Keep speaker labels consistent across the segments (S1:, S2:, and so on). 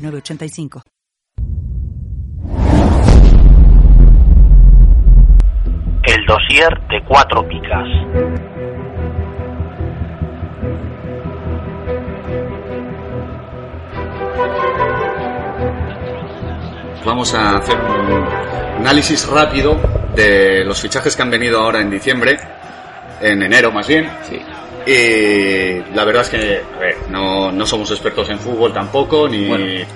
S1: 985.
S2: El dossier de cuatro picas.
S3: Vamos a hacer un análisis rápido de los fichajes que han venido ahora en diciembre, en enero más bien.
S4: Sí.
S3: Y la verdad es que, a ver, no, no somos expertos en fútbol tampoco, ni
S4: Bueno.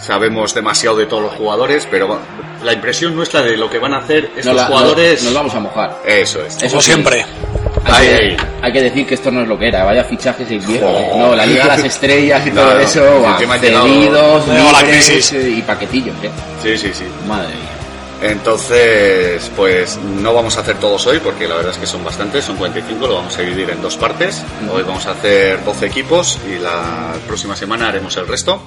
S3: sabemos demasiado de todos los jugadores, pero va- la impresión nuestra de lo que van a hacer estos
S4: No la- no-
S3: jugadores...
S4: Nos vamos a mojar.
S3: Eso es.
S4: Eso
S5: Como
S4: sí,
S5: siempre.
S4: Hay,
S3: Ahí, ahí.
S4: hay que decir que esto no es lo que era. Vaya fichajes y viejo.
S3: Joder.
S4: No, la Liga de las Estrellas y
S3: No,
S4: todo
S3: no.
S4: eso.
S3: Encima
S4: va,
S3: ha llegado-
S4: cedidos,
S5: ha llegado la
S4: libres,
S5: crisis.
S4: eh, y paquetillos, eh.
S3: Sí, sí, sí.
S4: Madre mía.
S3: Entonces, pues no vamos a hacer todos hoy porque la verdad es que son bastantes, son 45, lo vamos a dividir en dos partes. Hoy vamos a hacer 12 equipos y la próxima semana haremos el resto.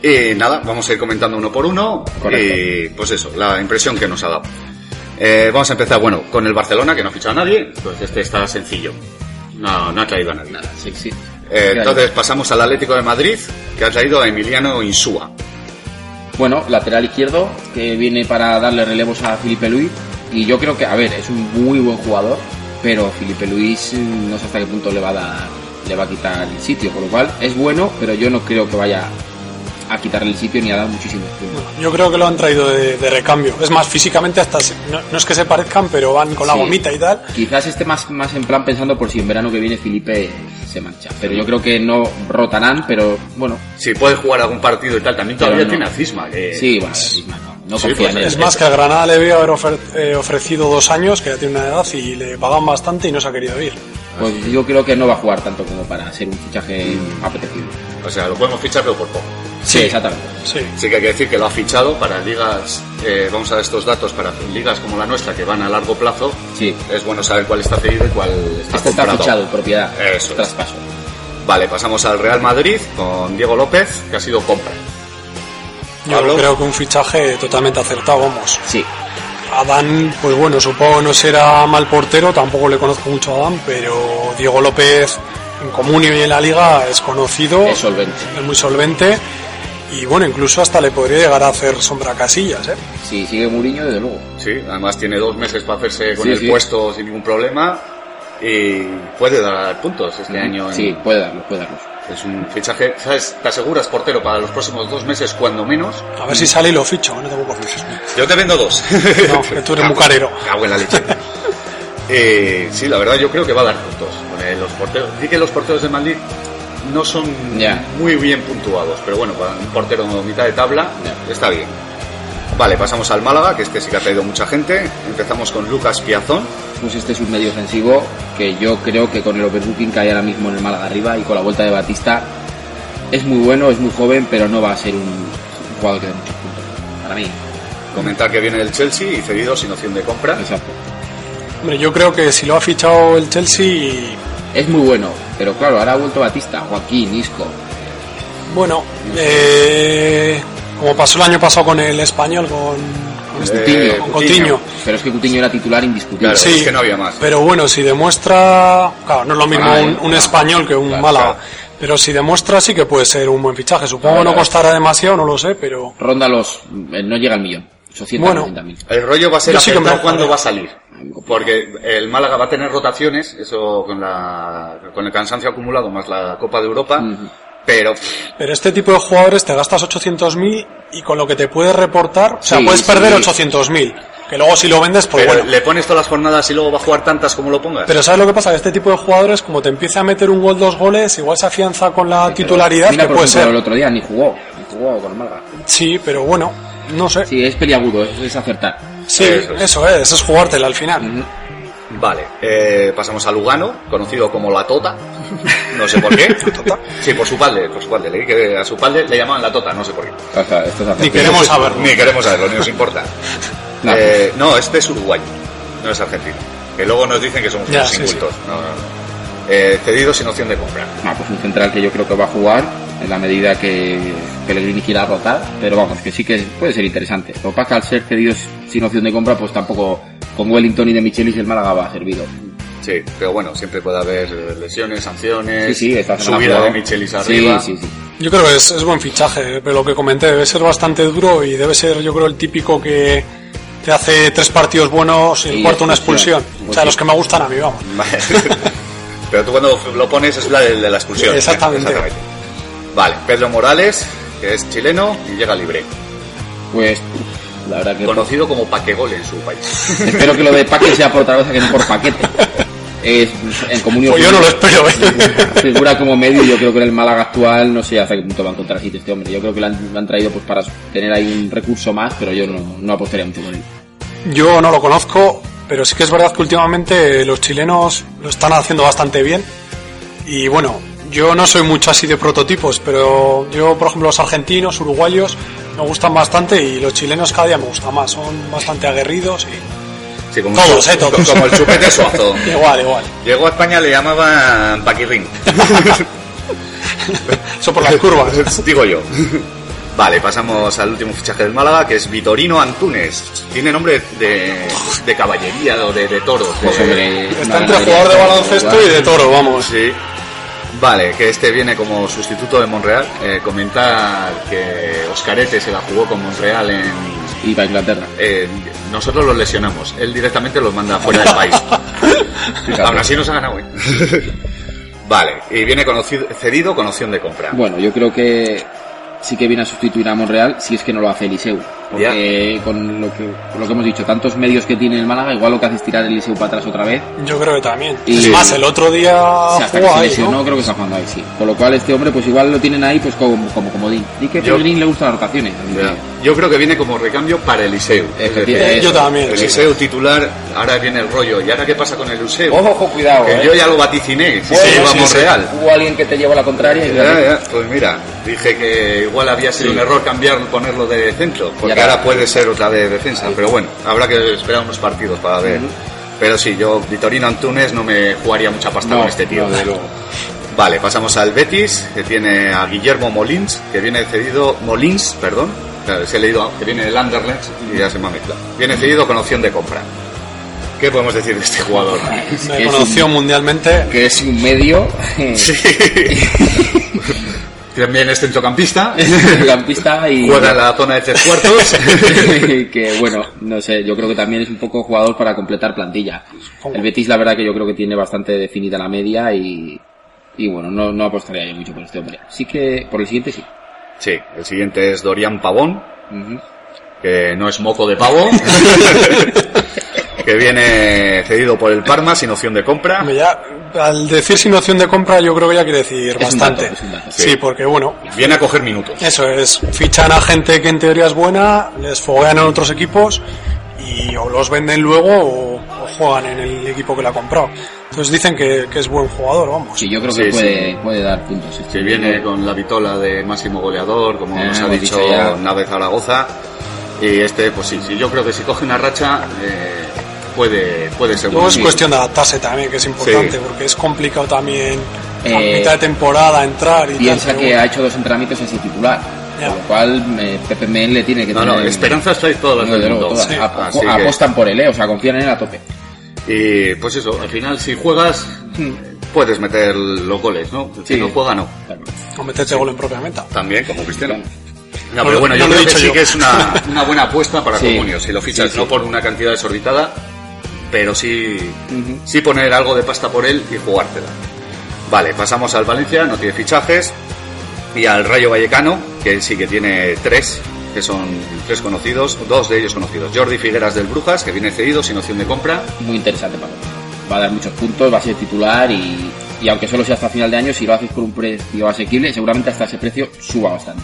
S3: Y nada, vamos a ir comentando uno por uno
S4: Correcto.
S3: y pues eso, la impresión que nos ha dado. Eh, vamos a empezar, bueno, con el Barcelona que no ha fichado a nadie, pues este está sencillo. No, no ha traído a nadie.
S4: Nada, sí, sí.
S3: Eh,
S4: Claro.
S3: entonces pasamos al Atlético de Madrid que ha traído a Emiliano Insúa.
S4: Bueno, lateral izquierdo que viene para darle relevos a Felipe Luis. Y yo creo que, a ver, es un muy buen jugador, pero Felipe Luis eh, no sé hasta qué punto le va a dar, le va a quitar el sitio. Con lo cual, es bueno, pero yo no creo que vaya a quitarle el sitio ni a dar muchísimos puntos.
S5: Yo creo que lo han traído de, de recambio. Es más, físicamente hasta se- no, no es que se parezcan, pero van con la
S4: Sí.
S5: gomita y tal.
S4: Quizás esté más, más en plan pensando por si en verano que viene Felipe se marcha. Pero yo creo que no rotarán, pero bueno,
S3: Si puede jugar algún partido y tal, también todavía
S4: Pero no.
S3: tiene a Cisma. que-
S4: sí, bueno, sí, no, no
S3: sí,
S4: confía
S3: pues,
S4: en él.
S5: Es más, que al Granada le veo haber ofer- eh, ofrecido dos años, que ya tiene una edad, y le pagan bastante y no se ha querido ir.
S4: Pues yo creo que no va a jugar tanto como para ser un fichaje apetecido.
S3: O sea, lo podemos fichar, pero por poco.
S4: Sí, exactamente.
S5: Sí.
S3: Sí que hay que decir que lo ha fichado para ligas, eh, vamos a dar estos datos, para ligas como la nuestra que van a largo plazo.
S4: Sí.
S3: Es bueno saber cuál está cedido y cuál está
S4: Este está
S3: comprado.
S4: fichado, propiedad,
S3: Eso es.
S4: traspaso.
S3: Vale, pasamos al Real Madrid con Diego López, que ha sido compra.
S5: Yo
S3: Pablo.
S5: creo que un fichaje totalmente acertado, vamos.
S4: Sí,
S5: Adán, pues bueno, supongo que no será mal portero, tampoco le conozco mucho a Adán, pero Diego López en Comunio y en la Liga es
S3: Oh.
S5: conocido,
S4: es solvente.
S5: es muy solvente y bueno, incluso hasta le podría llegar a hacer sombra a Casillas, ¿eh?
S4: Si sigue Mourinho, desde luego.
S3: Sí, además tiene dos meses para hacerse con
S4: Sí,
S3: el
S4: sí.
S3: puesto sin ningún problema y puede dar puntos este año. en-
S4: Sí, puede darlos, puede darlos.
S3: Es un fichaje, ¿sabes? Te aseguras portero para los próximos dos meses, cuando menos.
S5: A ver si sale y lo ficho, no tengo confianza.
S3: Yo te vendo dos.
S5: No, que tú eres muy carero.
S3: Me Cago en la leche. Eh, sí, la verdad yo creo que va a dar puntos. Eh, los porteros, sí que los porteros de Madrid no son
S4: Ya.
S3: muy bien puntuados, pero bueno, para un portero mitad de tabla
S4: Ya.
S3: está bien. Vale, pasamos al Málaga, que este sí que ha traído mucha gente. Empezamos con Lucas Piazón.
S4: Pues este es un medio ofensivo que yo creo que con el overbooking que hay ahora mismo en el Málaga arriba y con la vuelta de Batista es muy bueno, es muy joven, pero no va a ser un jugador que dé muchos puntos. Para mí,
S3: Comentar que viene del Chelsea y cedido sin opción de compra.
S4: exacto.
S5: Hombre, yo creo que si lo ha fichado el Chelsea,
S4: Es muy bueno, pero claro, ahora ha vuelto Batista, Joaquín, Isco.
S5: bueno, eh, como pasó el año pasado con el español, con, con este-
S4: Eh, Coutinho.
S5: con Coutinho.
S4: Pero es que Coutinho era titular indiscutible.
S3: Claro,
S5: Sí.
S3: es que no había más.
S5: Pero bueno, si demuestra, claro, no es lo mismo
S4: Ah,
S5: un,
S4: eh,
S5: un
S4: claro,
S5: español que un
S4: claro,
S5: Málaga,
S3: claro.
S5: pero si demuestra sí que puede ser un buen fichaje. Supongo
S4: Claro,
S5: no
S4: claro.
S5: costará demasiado, no lo sé, pero
S4: Ronda los. eh, No llega al millón. 890.000. mil.
S3: El rollo va a ser
S5: Yo sí que me
S3: acertar
S5: lo
S3: cuándo
S5: juego.
S3: va a salir. Porque el Málaga va a tener rotaciones, eso con, la, con el cansancio acumulado más la Copa de Europa.
S4: Ujú.
S3: Pero pff,
S5: pero este tipo de jugadores te gastas 800.000 y con lo que te puedes reportar, o sea,
S4: Sí,
S5: puedes perder
S4: sí.
S5: 800.000, que luego si lo vendes, pues
S3: pero
S5: bueno.
S3: le pones todas las jornadas y luego va a jugar tantas como lo pongas.
S5: Pero ¿sabes lo que pasa? Que este tipo de jugadores, como te empiece a meter un gol, dos goles, igual se afianza con la titularidad,
S4: Mira,
S5: que
S4: por
S5: puede
S4: ejemplo, el
S5: ser.
S4: otro día ni jugó. Ni jugó con el Málaga.
S5: Sí, pero bueno, no sé. Sí,
S4: Sí, es peliagudo, es, es acertar.
S3: Eso
S5: eso,
S3: es.
S5: es, es jugártela al final.
S4: Ujú.
S3: Vale, eh, pasamos a Lugano, conocido como La Tota. no sé por qué.
S5: Tota?
S3: Sí, por su padre, por su padre. Leí que a su padre le llamaban la Tota, no sé por qué.
S4: O sea, esto es
S5: Ni
S4: argentino.
S5: queremos saberlo.
S3: Ni queremos saberlo, ni nos importa.
S4: No.
S3: Eh, no, este es uruguayo, no es argentino. Que luego nos dicen que somos
S5: Ya,
S3: unos
S5: sí,
S3: incultos. No, no, no. Eh, cedido sin opción de compra.
S4: Ah, pues un central que yo creo que va a jugar en la medida que Pellegrini quiera rotar, pero vamos, que sí que puede ser interesante. Lo que pasa es que al ser cedidos sin opción de compra, pues tampoco con Wellington y de Michelis el Málaga va servido.
S3: Sí, pero bueno, siempre puede haber lesiones,
S4: Sí,
S3: sanciones,
S4: sí, esta semana
S3: subida
S4: jugó.
S3: de Michelis arriba.
S4: Sí, sí, sí.
S5: Yo creo que es, es buen fichaje, pero lo que comenté debe ser bastante duro y debe ser, yo creo, el típico que te hace tres partidos buenos y el
S4: Y
S5: cuarto una
S4: expulsión.
S5: expulsión. O sea, los que me gustan a mí, vamos.
S3: Vale. Pero tú cuando lo pones es la de, de la expulsión.
S5: Exactamente.
S3: Vale, Pedro Morales, que es chileno y llega libre.
S4: Pues la verdad que pues,
S3: Conocido como Paquegol en su país.
S4: espero que lo de paquete sea por otra cosa que no por paquete. Es en comunión.
S5: Pues yo no lo espero, ¿eh?
S4: Figura como medio, yo creo que en el Málaga actual no sé hasta qué punto va a encontrar sitio este hombre. Yo creo que lo han, lo han traído pues para tener ahí un recurso más, pero yo no, no apostaría mucho por él.
S5: Yo no lo conozco, pero sí que es verdad que últimamente los chilenos lo están haciendo bastante bien. Y bueno, yo no soy mucho así de prototipos, pero yo, por ejemplo, los argentinos, uruguayos, me gustan bastante y los chilenos cada día me gustan más. Son bastante aguerridos y...
S3: Sí, como,
S5: Todos, eh, todos.
S3: como el chupete suazo.
S5: Igual, igual.
S3: Llegó a España, le llamaban Paquirrín.
S5: Eso por las curvas.
S3: Digo yo. Vale, pasamos al último fichaje del Málaga, que es Vitorino Antunes. Tiene nombre de, de caballería o de, de toro. de-
S4: Pues, hombre,
S5: Está
S4: una
S5: entre
S4: ganadería
S5: jugador de
S4: está
S5: baloncesto y de toro, vamos.
S3: Sí. Vale, que este viene como sustituto de Monreal. Eh, comentar que Oscarete se la jugó con Monreal en...
S4: Y para Inglaterra.
S3: en- nosotros los lesionamos, él directamente los manda fuera del país. Aún así nos ha ganado, ¿eh? Vale, y viene conocido, cedido con opción de compra.
S4: Bueno, yo creo que sí que viene a sustituir a Monreal si es que no lo hace Eliseu. Porque con lo que con lo que hemos dicho, tantos medios que tiene el Málaga, igual lo que hace es tirar Eliseu para atrás otra vez.
S5: Yo creo que también.
S4: Y-
S5: es más, el otro día
S4: O sea, hasta que
S5: jugó
S4: se
S5: ahí,
S4: lesionó,
S5: ¿no?
S4: creo que está jugando ahí, sí. Con lo cual este hombre, pues igual lo tienen ahí pues como, como comodín. Y que a
S3: Yo-
S4: Pellegrini le gustan las rotaciones. así que-
S3: Ya. Yo creo que viene como recambio para Eliseu. Es decir,
S4: Efectivamente.
S5: Eh, yo también.
S3: Eliseu titular, ahora viene el rollo. ¿Y ahora qué pasa con Eliseu?
S4: Ojo, ojo, cuidado.
S3: que
S4: eh.
S3: yo ya lo vaticiné, si
S4: Bueno,
S3: se iba a
S5: sí, sí.
S3: Monreal.
S4: Hubo alguien que te llevó la contraria y
S3: Ya, ya, Pues mira, dije que igual había sido
S4: Sí.
S3: un error cambiar ponerlo de centro, porque
S4: Ya.
S3: ahora puede ser otra de defensa, pero bueno, habrá que esperar unos partidos para ver. Pero sí, yo Vitorino Antunes no me jugaría mucha pasta
S4: No,
S3: con este tío.
S4: no, desde luego.
S3: Vale, pasamos al Betis, que tiene a Guillermo Molins, que viene cedido Molins, perdón, claro, se ha leído que viene del Anderlecht y ya se me ha mezclado. Viene cedido con opción de compra. ¿Qué podemos decir de este jugador?
S5: Me
S4: Es un-
S5: conoció mundialmente.
S4: que es un medio
S3: También es centrocampista,
S4: campista y
S3: juega en la zona de tres cuartos.
S4: que bueno, no sé, yo creo que también es un poco jugador para completar plantilla.
S5: ¿Cómo?
S4: El Betis la verdad que yo creo que tiene bastante definida la media y, y bueno, no, no apostaría yo mucho por este hombre. Sí que por el siguiente sí.
S3: Sí, el siguiente es Dorian Pavón,
S4: Ujú.
S3: que no es moco de pavo, que viene cedido por el Parma sin opción de compra.
S5: Hombre, ya, al decir sin opción de compra, yo creo que ya quiere decir
S4: Es un
S5: bastante.
S4: dato, es un dato.
S5: sí.
S3: Sí.
S5: porque bueno,
S3: Viene a coger minutos.
S5: eso es, fichan a gente que en teoría es buena, les foguean en otros equipos y o los venden luego o, o juegan en el equipo que la ha comprado. Entonces dicen que, que es buen jugador, vamos.
S4: Sí, yo creo
S3: Sí,
S4: que
S3: sí.
S4: puede, puede dar puntos. Eh,
S3: Que viene con la vitola de máximo goleador, como
S4: Ah,
S3: nos ha
S4: hemos
S3: dicho
S4: dicho ya.
S3: Nave Zaragoza. Y este, pues sí, sí, yo creo que si coge una racha, eh, puede, puede ser
S5: Luego
S3: bueno.
S5: es
S4: Sí.
S5: cuestión de adaptarse también, que es importante,
S3: Sí.
S5: porque es complicado también a
S4: Eh,
S5: mitad de temporada entrar y
S4: Piensa
S5: tal,
S4: que
S5: pero
S4: ha hecho dos entrenamientos así titular,
S5: Ya.
S4: con lo cual eh, Pepe Mel le tiene que
S3: No,
S4: tener
S3: no, esperanzas trae todas las
S4: desde
S3: del
S4: luego,
S3: mundo.
S4: todas.
S5: Sí.
S4: Apo-
S3: Así que-
S4: apostan por él, eh, o sea, confían en él a tope.
S3: Y pues eso, al final si juegas, puedes meter los goles, ¿no? Si
S4: Sí.
S3: no juega, no.
S4: Claro.
S5: bueno, o meterte gol en propia meta.
S3: También, como Cristiano. No,
S5: No,
S3: pero bueno,
S5: no
S3: yo
S5: lo he
S3: creo que
S5: dicho
S3: sí
S5: yo.
S3: que es una, una buena apuesta para
S4: Sí.
S3: Comunio, si lo fichas
S4: Sí, sí.
S3: no por una cantidad desorbitada, pero sí,
S4: Ujú.
S3: sí poner algo de pasta por él y jugártela. Vale, pasamos al Valencia, no tiene fichajes, y al Rayo Vallecano, que sí que tiene tres, que son tres conocidos, dos de ellos conocidos. Jordi Figueras del Brujas, que viene cedido sin opción de compra,
S4: muy interesante para él. Va a dar muchos puntos, va a ser titular y, y aunque solo sea hasta final de año, si lo haces por un precio asequible, seguramente hasta ese precio suba bastante.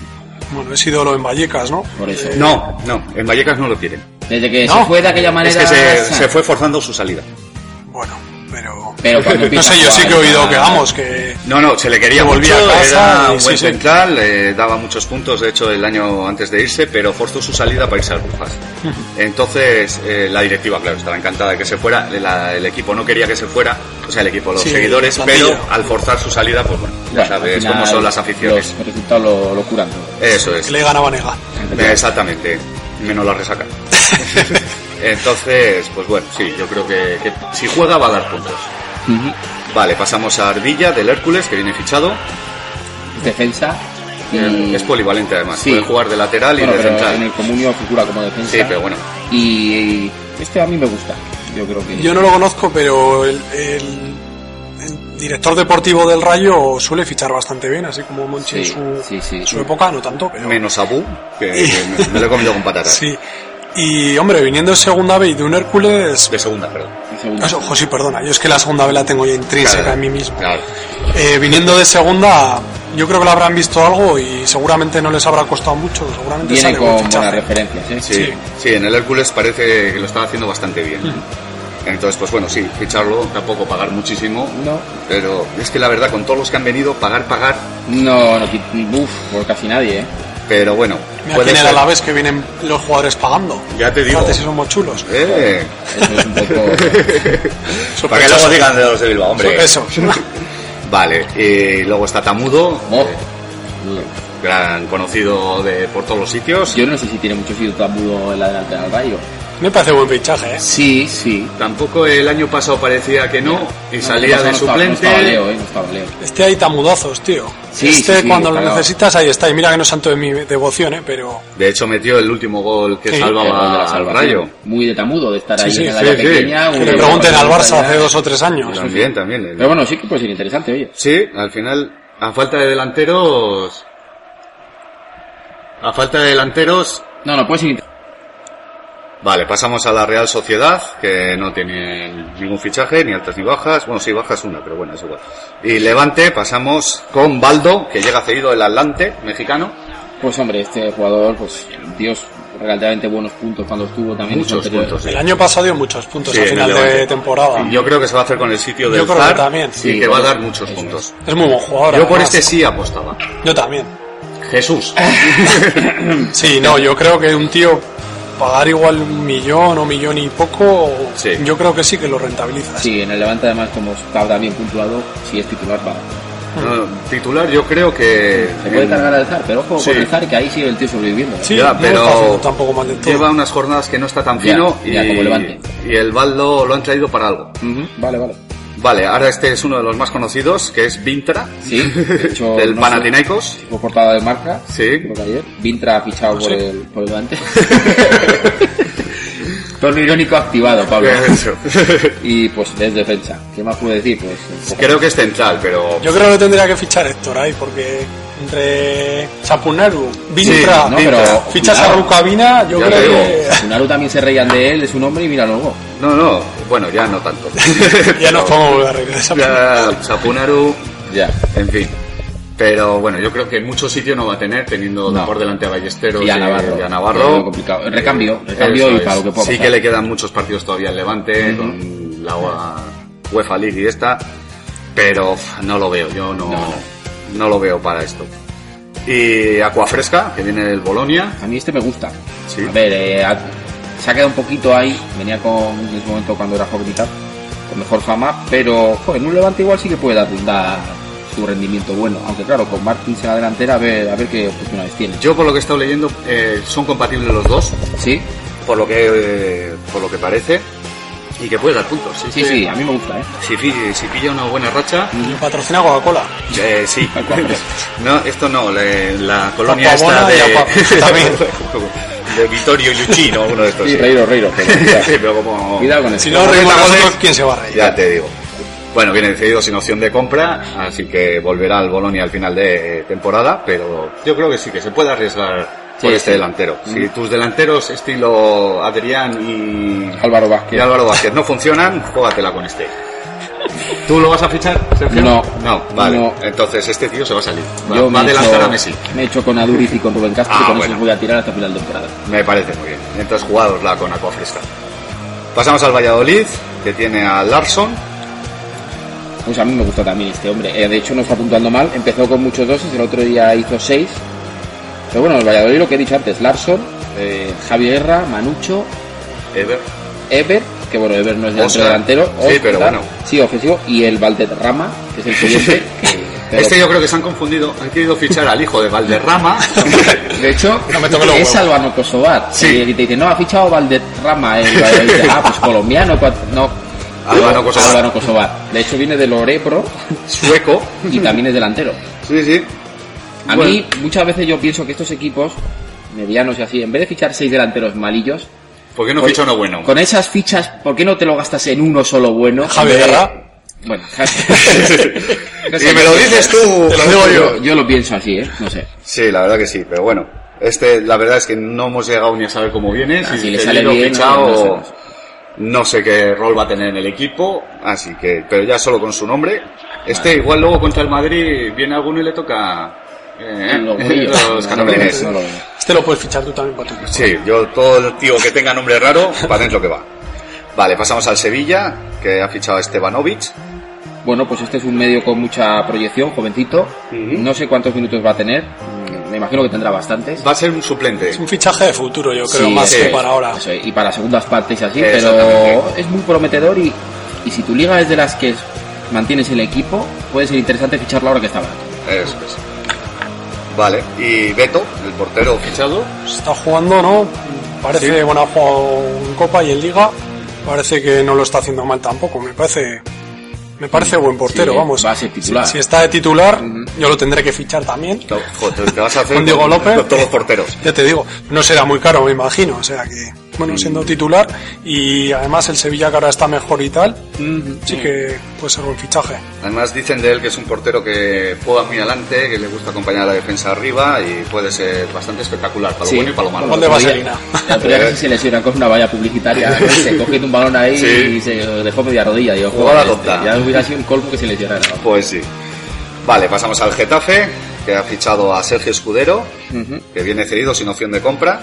S5: Bueno, es ídolo en Vallecas, ¿no? Eh,
S4: Por eso.
S3: No, no, en Vallecas no lo quieren.
S4: Desde que
S5: No.
S4: se fue de aquella manera...
S3: Es que se, se fue forzando su salida.
S5: Bueno, pero
S4: Pero cuando
S5: No
S4: empieza
S5: sé,
S4: a
S5: yo sí
S4: jugar
S5: que he oído
S4: ya-
S5: que vamos, que.
S3: No, no, se le quería
S5: Que volvía
S3: mucho,
S5: a casa
S3: era
S5: y
S3: un buen
S5: sí, sí.
S3: central, eh, daba muchos puntos, de hecho, el año antes de irse, pero forzó su salida para irse a Brujas. Entonces, eh, la directiva, claro, estaba encantada de que se fuera, la- el equipo no quería que se fuera, o sea, el equipo, los
S5: Sí,
S3: seguidores,
S5: la
S3: pero
S5: plantilla.
S3: al forzar su salida, pues bueno, ya
S4: Bueno, al
S3: sabes
S4: final
S3: cómo son las aficiones.
S4: Los resultados lo, lo curan todo.
S3: Eso es. Eh,
S5: Que le ganaba nega.
S3: Exactamente, menos la resaca. Entonces, pues bueno, sí, yo creo que, que si juega va a dar puntos. Vale, pasamos a Ardilla del Hércules, que viene fichado.
S4: Es defensa. y-
S3: Eh, Es polivalente además,
S4: Sí.
S3: puede jugar de lateral y
S4: Bueno,
S3: de
S4: pero en
S3: central.
S4: el comunio figura como defensa.
S3: Sí, pero bueno,
S4: Y este a mí me gusta. Yo creo que.
S5: Yo no lo conozco, pero el, el- el director deportivo del Rayo suele fichar bastante bien, así como Monchi
S4: Sí,
S5: en su,
S4: sí, sí.
S5: su época, no tanto, pero.
S3: menos Abu, que, que me, me lo he comido con patatas.
S5: Sí. Y hombre, viniendo de segunda B y de un Hércules.
S3: De segunda, perdón.
S4: en segunda.
S5: Eso, José, perdona, yo es que la segunda B la tengo ya intrínseca
S3: Claro,
S5: en mí mismo.
S3: claro.
S5: Eh, viniendo de segunda, yo creo que le habrán visto algo y seguramente no les habrá costado mucho, seguramente
S4: Viene
S5: sale buen
S4: con buenas
S5: fichaje.
S4: referencias, ¿eh?
S3: Sí, sí.
S5: Sí.
S3: en el Hércules parece que lo están haciendo bastante bien.
S4: Hmm.
S3: Entonces, pues bueno, sí, ficharlo, tampoco pagar muchísimo,
S4: No.
S3: pero es que la verdad, con todos los que han venido, pagar, pagar,
S4: No, no, qui- uf, por casi nadie, ¿eh?
S3: pero bueno,
S5: Mira
S3: puede
S5: quién era
S3: ser.
S5: la vez que vienen los jugadores pagando.
S3: Ya te digo.
S5: Fíjate si somos chulos.
S3: Eh,
S4: Eso es un poco.
S3: para que luego digan de los de Bilbao, hombre.
S5: Eso.
S3: Vale, y luego está Tamudo,
S4: Mo.
S3: eh, gran conocido de por todos los sitios.
S4: Yo no sé si tiene mucho sitio tabudo en la delante del rayo.
S5: Me parece buen fichaje, ¿eh?
S4: Sí, sí.
S3: Tampoco el año pasado parecía que no, y salía
S4: No, no
S3: de
S4: estaba- No
S3: suplente.
S4: estaba Leo, ¿eh? No estaba Leo.
S5: Este hay tamudazos, tío.
S4: Sí,
S5: este
S4: sí, sí,
S5: cuando lo
S4: claro.
S5: necesitas, ahí está. Y mira que no es santo de mi devoción, ¿eh? Pero
S3: de hecho, metió el último gol que
S5: Sí,
S4: El gol de la
S3: salvaba al
S4: salvación.
S3: Rayo.
S4: Muy de tamudo de estar
S5: Sí,
S4: ahí
S5: sí,
S4: en el
S3: sí,
S4: área
S3: sí.
S4: pequeña.
S5: que
S4: un-
S5: le pregunten al Barça
S4: allá.
S5: hace dos o tres años.
S3: También, también. el-
S4: Pero bueno, sí que puede ser interesante, oye.
S3: Sí, al final, a falta de delanteros. A falta de delanteros.
S4: No, no, puede ser interesante.
S3: Vale, pasamos a la Real Sociedad, que no tiene ningún fichaje, ni altas ni bajas. Bueno, sí, bajas una, pero bueno, es igual. Y Levante, pasamos con Baldo, que llega cedido del Atlante, mexicano.
S4: Pues hombre, este jugador, pues Dios, relativamente buenos puntos cuando estuvo también. en su
S3: Muchos
S4: anterior-
S3: puntos. sí.
S5: El año pasado dio muchos puntos
S3: Sí,
S5: al final
S3: en el Levante.
S5: de temporada.
S3: Y Yo creo que se va a hacer con el sitio del
S5: Ah. Yo creo que
S3: Zar,
S5: también.
S3: y
S4: Sí,
S3: que va a dar
S4: bueno,
S3: muchos
S4: eso
S3: puntos.
S5: Es muy buen jugador.
S3: Yo por
S5: además.
S3: este sí apostaba.
S5: Yo también.
S3: Jesús.
S5: Sí, no, yo creo que un tío pagar igual un millón o millón y poco,
S3: Sí.
S5: yo creo que sí que lo rentabiliza.
S4: Sí, en el Levante además, como está bien puntuado, si es titular va.
S3: No, titular, yo creo que. eh,
S4: Se puede
S3: en-
S4: cargar al Zar, pero ojo
S3: Sí.
S4: con el Zar, que ahí sigue el tío sobreviviendo. ¿eh?
S5: Sí,
S3: Ya,
S5: no
S3: pero
S5: está haciendo tampoco mal del todo.
S3: Lleva unas jornadas que no está tan
S4: Ya,
S3: fino
S4: ya,
S3: y,
S4: como Levante.
S3: y el Baldo lo han traído para algo. Mm,
S4: Ujú, Vale, vale.
S3: Vale, ahora este es uno de los más conocidos, que es Vintra,
S4: Sí, de hecho,
S3: del
S4: no
S3: Panathinaikos.
S4: sé, Fue portada de marca.
S3: Sí.
S4: creo que ayer. Vintra ha fichado por,
S5: sé.
S4: el, por el Levante. Torno irónico activado, Pablo.
S3: Eso.
S4: Y pues es defensa. ¿Qué más puedo decir? Pues
S3: Creo que es central, pero...
S5: Yo creo que tendría que fichar Héctor ahí, porque entre Sapunaru, Vintra,
S4: no,
S3: Vintra.
S4: pero
S5: fichas a
S4: cuidado.
S5: Rucabina, yo
S3: Ya
S5: creo
S3: te
S5: que
S4: Naru pues, también se reían de él, de su nombre y mira luego.
S3: No, no, bueno, ya no tanto.
S5: ya nos podemos volver a reír de Sapunaru.
S3: Ya, Sapunaru,
S4: Ya.
S3: en fin. Pero bueno, yo creo que mucho sitio no va a tener, teniendo
S4: No.
S3: por delante a Ballesteros
S4: Y a Navarro.
S3: y a
S4: Es
S3: Navarro.
S4: muy complicado. El recambio, recambio
S3: Eso
S4: y
S3: es.
S4: para lo que pueda
S3: Sí
S4: pasar.
S3: que le quedan muchos partidos todavía al Levante, con la UA- UEFA League y esta, pero uf, no lo veo, yo no,
S4: No,
S3: no,
S4: no.
S3: lo veo para esto. Y Aquafresca, que viene del Bolonia,
S4: A mí este me gusta.
S3: Sí.
S4: A ver, eh, ha- se ha quedado un poquito ahí. Venía con en su momento cuando era joven y tal, con mejor fama, pero jo, en un levante igual sí que puede dar, dar su rendimiento bueno. Aunque claro, con Martins en la delantera, a ver, a ver qué oportunidades tiene.
S3: yo por lo que he estado leyendo eh, son compatibles los dos,
S4: Sí,
S3: por lo que eh, por lo que parece, y que puede dar puntos. sí,
S4: sí,
S3: que-
S4: sí, a mí me gusta, ¿eh?
S3: Si, pi- si pilla una buena racha,
S5: Patrocina Coca-Cola.
S3: eh, sí. no, esto no, le- la colonia esta
S5: Aquabona y
S3: de,
S5: Aqua- también.
S3: de Vittorio Luchino, uno de estos.
S4: Sí,
S3: sí.
S4: Pues reiro, reiro. Pero,
S3: Sí, pero como...
S4: cuidado con eso.
S5: Si no reímos
S3: Entonces,
S5: nosotros, ¿quién se va a reír?
S3: Ya te digo. Bueno, viene decidido sin opción de compra, así que volverá al Bolonia al final de eh, temporada, pero yo creo que sí, que se puede arriesgar
S4: Sí,
S3: por este
S4: sí. Mm.
S3: delantero. Si tus delanteros estilo Adrián y,
S4: Álvaro
S3: y
S4: Vázquez.
S3: Álvaro Vázquez no funcionan, juégatela con este. ¿Tú lo vas a fichar, Sergio?
S4: No.
S3: No, vale.
S4: No.
S3: Entonces este tío se va a salir. Va,
S4: Yo
S3: va a
S4: me he
S3: adelantar
S4: hecho-
S3: a Messi.
S4: Me he hecho con Aduriz y con Rubén Castro
S3: Ah,
S4: y con
S3: bueno.
S4: eso voy a tirar hasta final de temporada.
S3: Me parece muy bien. Entonces jugadosla con Aquafresca. Pasamos al Valladolid, que tiene a Larson,
S4: Pues a mí me gusta también este hombre. Eh, de hecho, no está puntuando mal. Empezó con muchos doses, el otro día hizo seis. Pero bueno, el Valladolid, lo que he dicho antes, Larson, eh, Javi Guerra, Manucho,
S3: Ever.
S4: Ever, que bueno, Ever no es
S3: Oscar.
S4: delantero, delantero.
S3: Sí, pero
S4: Oscar,
S3: bueno.
S4: Sí, ofensivo. Y el Valderrama, que es el siguiente. que- pero-
S3: Este yo creo que se han confundido. Han querido fichar al hijo de Valderrama.
S4: De hecho,
S5: No me toque los
S4: es
S5: huevos.
S4: Albano Kosovar.
S3: Sí.
S4: Y te dicen, no, ha fichado Valderrama, el Valladolid. Ah, pues colombiano, cua- no.
S3: Albano Kosovar.
S4: Albano Kosovar. De hecho, viene del Orepro
S3: Sueco.
S4: y también es delantero.
S3: Sí, sí.
S4: A
S3: Bueno,
S4: mí, muchas veces yo pienso que estos equipos, medianos y así, en vez de fichar seis delanteros malillos,
S3: ¿Por qué no
S4: con-
S3: ficha uno bueno?
S4: Con esas fichas, ¿por qué no te lo gastas en uno solo bueno?
S5: Javi
S4: En vez de-
S5: Guerra.
S4: Bueno,
S3: Y me lo dices tú, te lo digo yo.
S4: Yo lo pienso así, ¿eh? No sé.
S3: Sí, la verdad que sí, pero bueno. Este, la verdad es que no hemos llegado ni a saber cómo viene,
S4: Ah,
S3: si,
S4: si le
S3: le
S4: sale bien,
S3: fichado,
S4: no, no sé, no sé.
S3: no sé qué rol va a tener en el equipo, así que, pero ya solo con su nombre. Este igual luego contra el Madrid viene alguno y le toca eh,
S4: Los bolillos.
S3: los
S4: No, no lo
S3: canones.
S4: veo, pues, no lo veo.
S5: Este lo puedes fichar tú también para tu equipo.
S3: Sí, yo todo el tío que tenga nombre raro, para adentro que va. Vale, pasamos al Sevilla, que ha fichado a Estebanovic.
S4: Bueno, pues este es un medio con mucha proyección, jovencito. No sé cuántos minutos va a tener. Mm, Me imagino que tendrá bastantes.
S3: Va a ser un suplente.
S5: Es un fichaje de futuro, yo creo,
S4: Sí,
S5: más
S4: eso
S5: que
S4: es,
S5: para ahora.
S4: eso es. Y para segundas partes y así, pero
S3: Exactamente.
S4: es muy prometedor y, y si tu liga es de las que mantienes el equipo, puede ser interesante ficharlo ahora que está barato.
S3: Eso es. Vale, y Beto, el portero fichado.
S5: Está jugando, ¿no? Parece,
S3: Sí.
S5: bueno, ha jugado en Copa y en Liga. Parece que no lo está haciendo mal tampoco. Me parece, me parece buen portero,
S4: Mm, Sí,
S5: vamos.
S4: va a ser titular.
S5: Si, si está de titular, yo lo tendré que fichar también.
S3: No, joder, te vas a hacer
S5: Con Diego López.
S3: con todos los porteros.
S5: Ya te digo, no será muy caro, me imagino. O sea que, bueno, siendo titular y además el Sevilla que ahora está mejor y tal, Mm, sí
S4: Mm.
S5: que puede ser buen fichaje.
S3: Además dicen de él que es un portero que juega muy adelante, que le gusta acompañar a la defensa arriba y puede ser bastante espectacular para lo
S4: Sí.
S3: bueno y para lo malo.
S5: Gol de vaselina.
S4: La primera vez que se lesiona con una valla publicitaria, se cogiendo un balón ahí
S3: Sí.
S4: y se dejó media rodilla. Y yo,
S3: Jugada
S4: joder, este,
S3: tonta.
S4: ya hubiera sido un colpo que se lesionara.
S3: Pues sí. Vale, pasamos al Getafe, que ha fichado a Sergio Escudero,
S4: Ujú.
S3: que viene cedido sin opción de compra.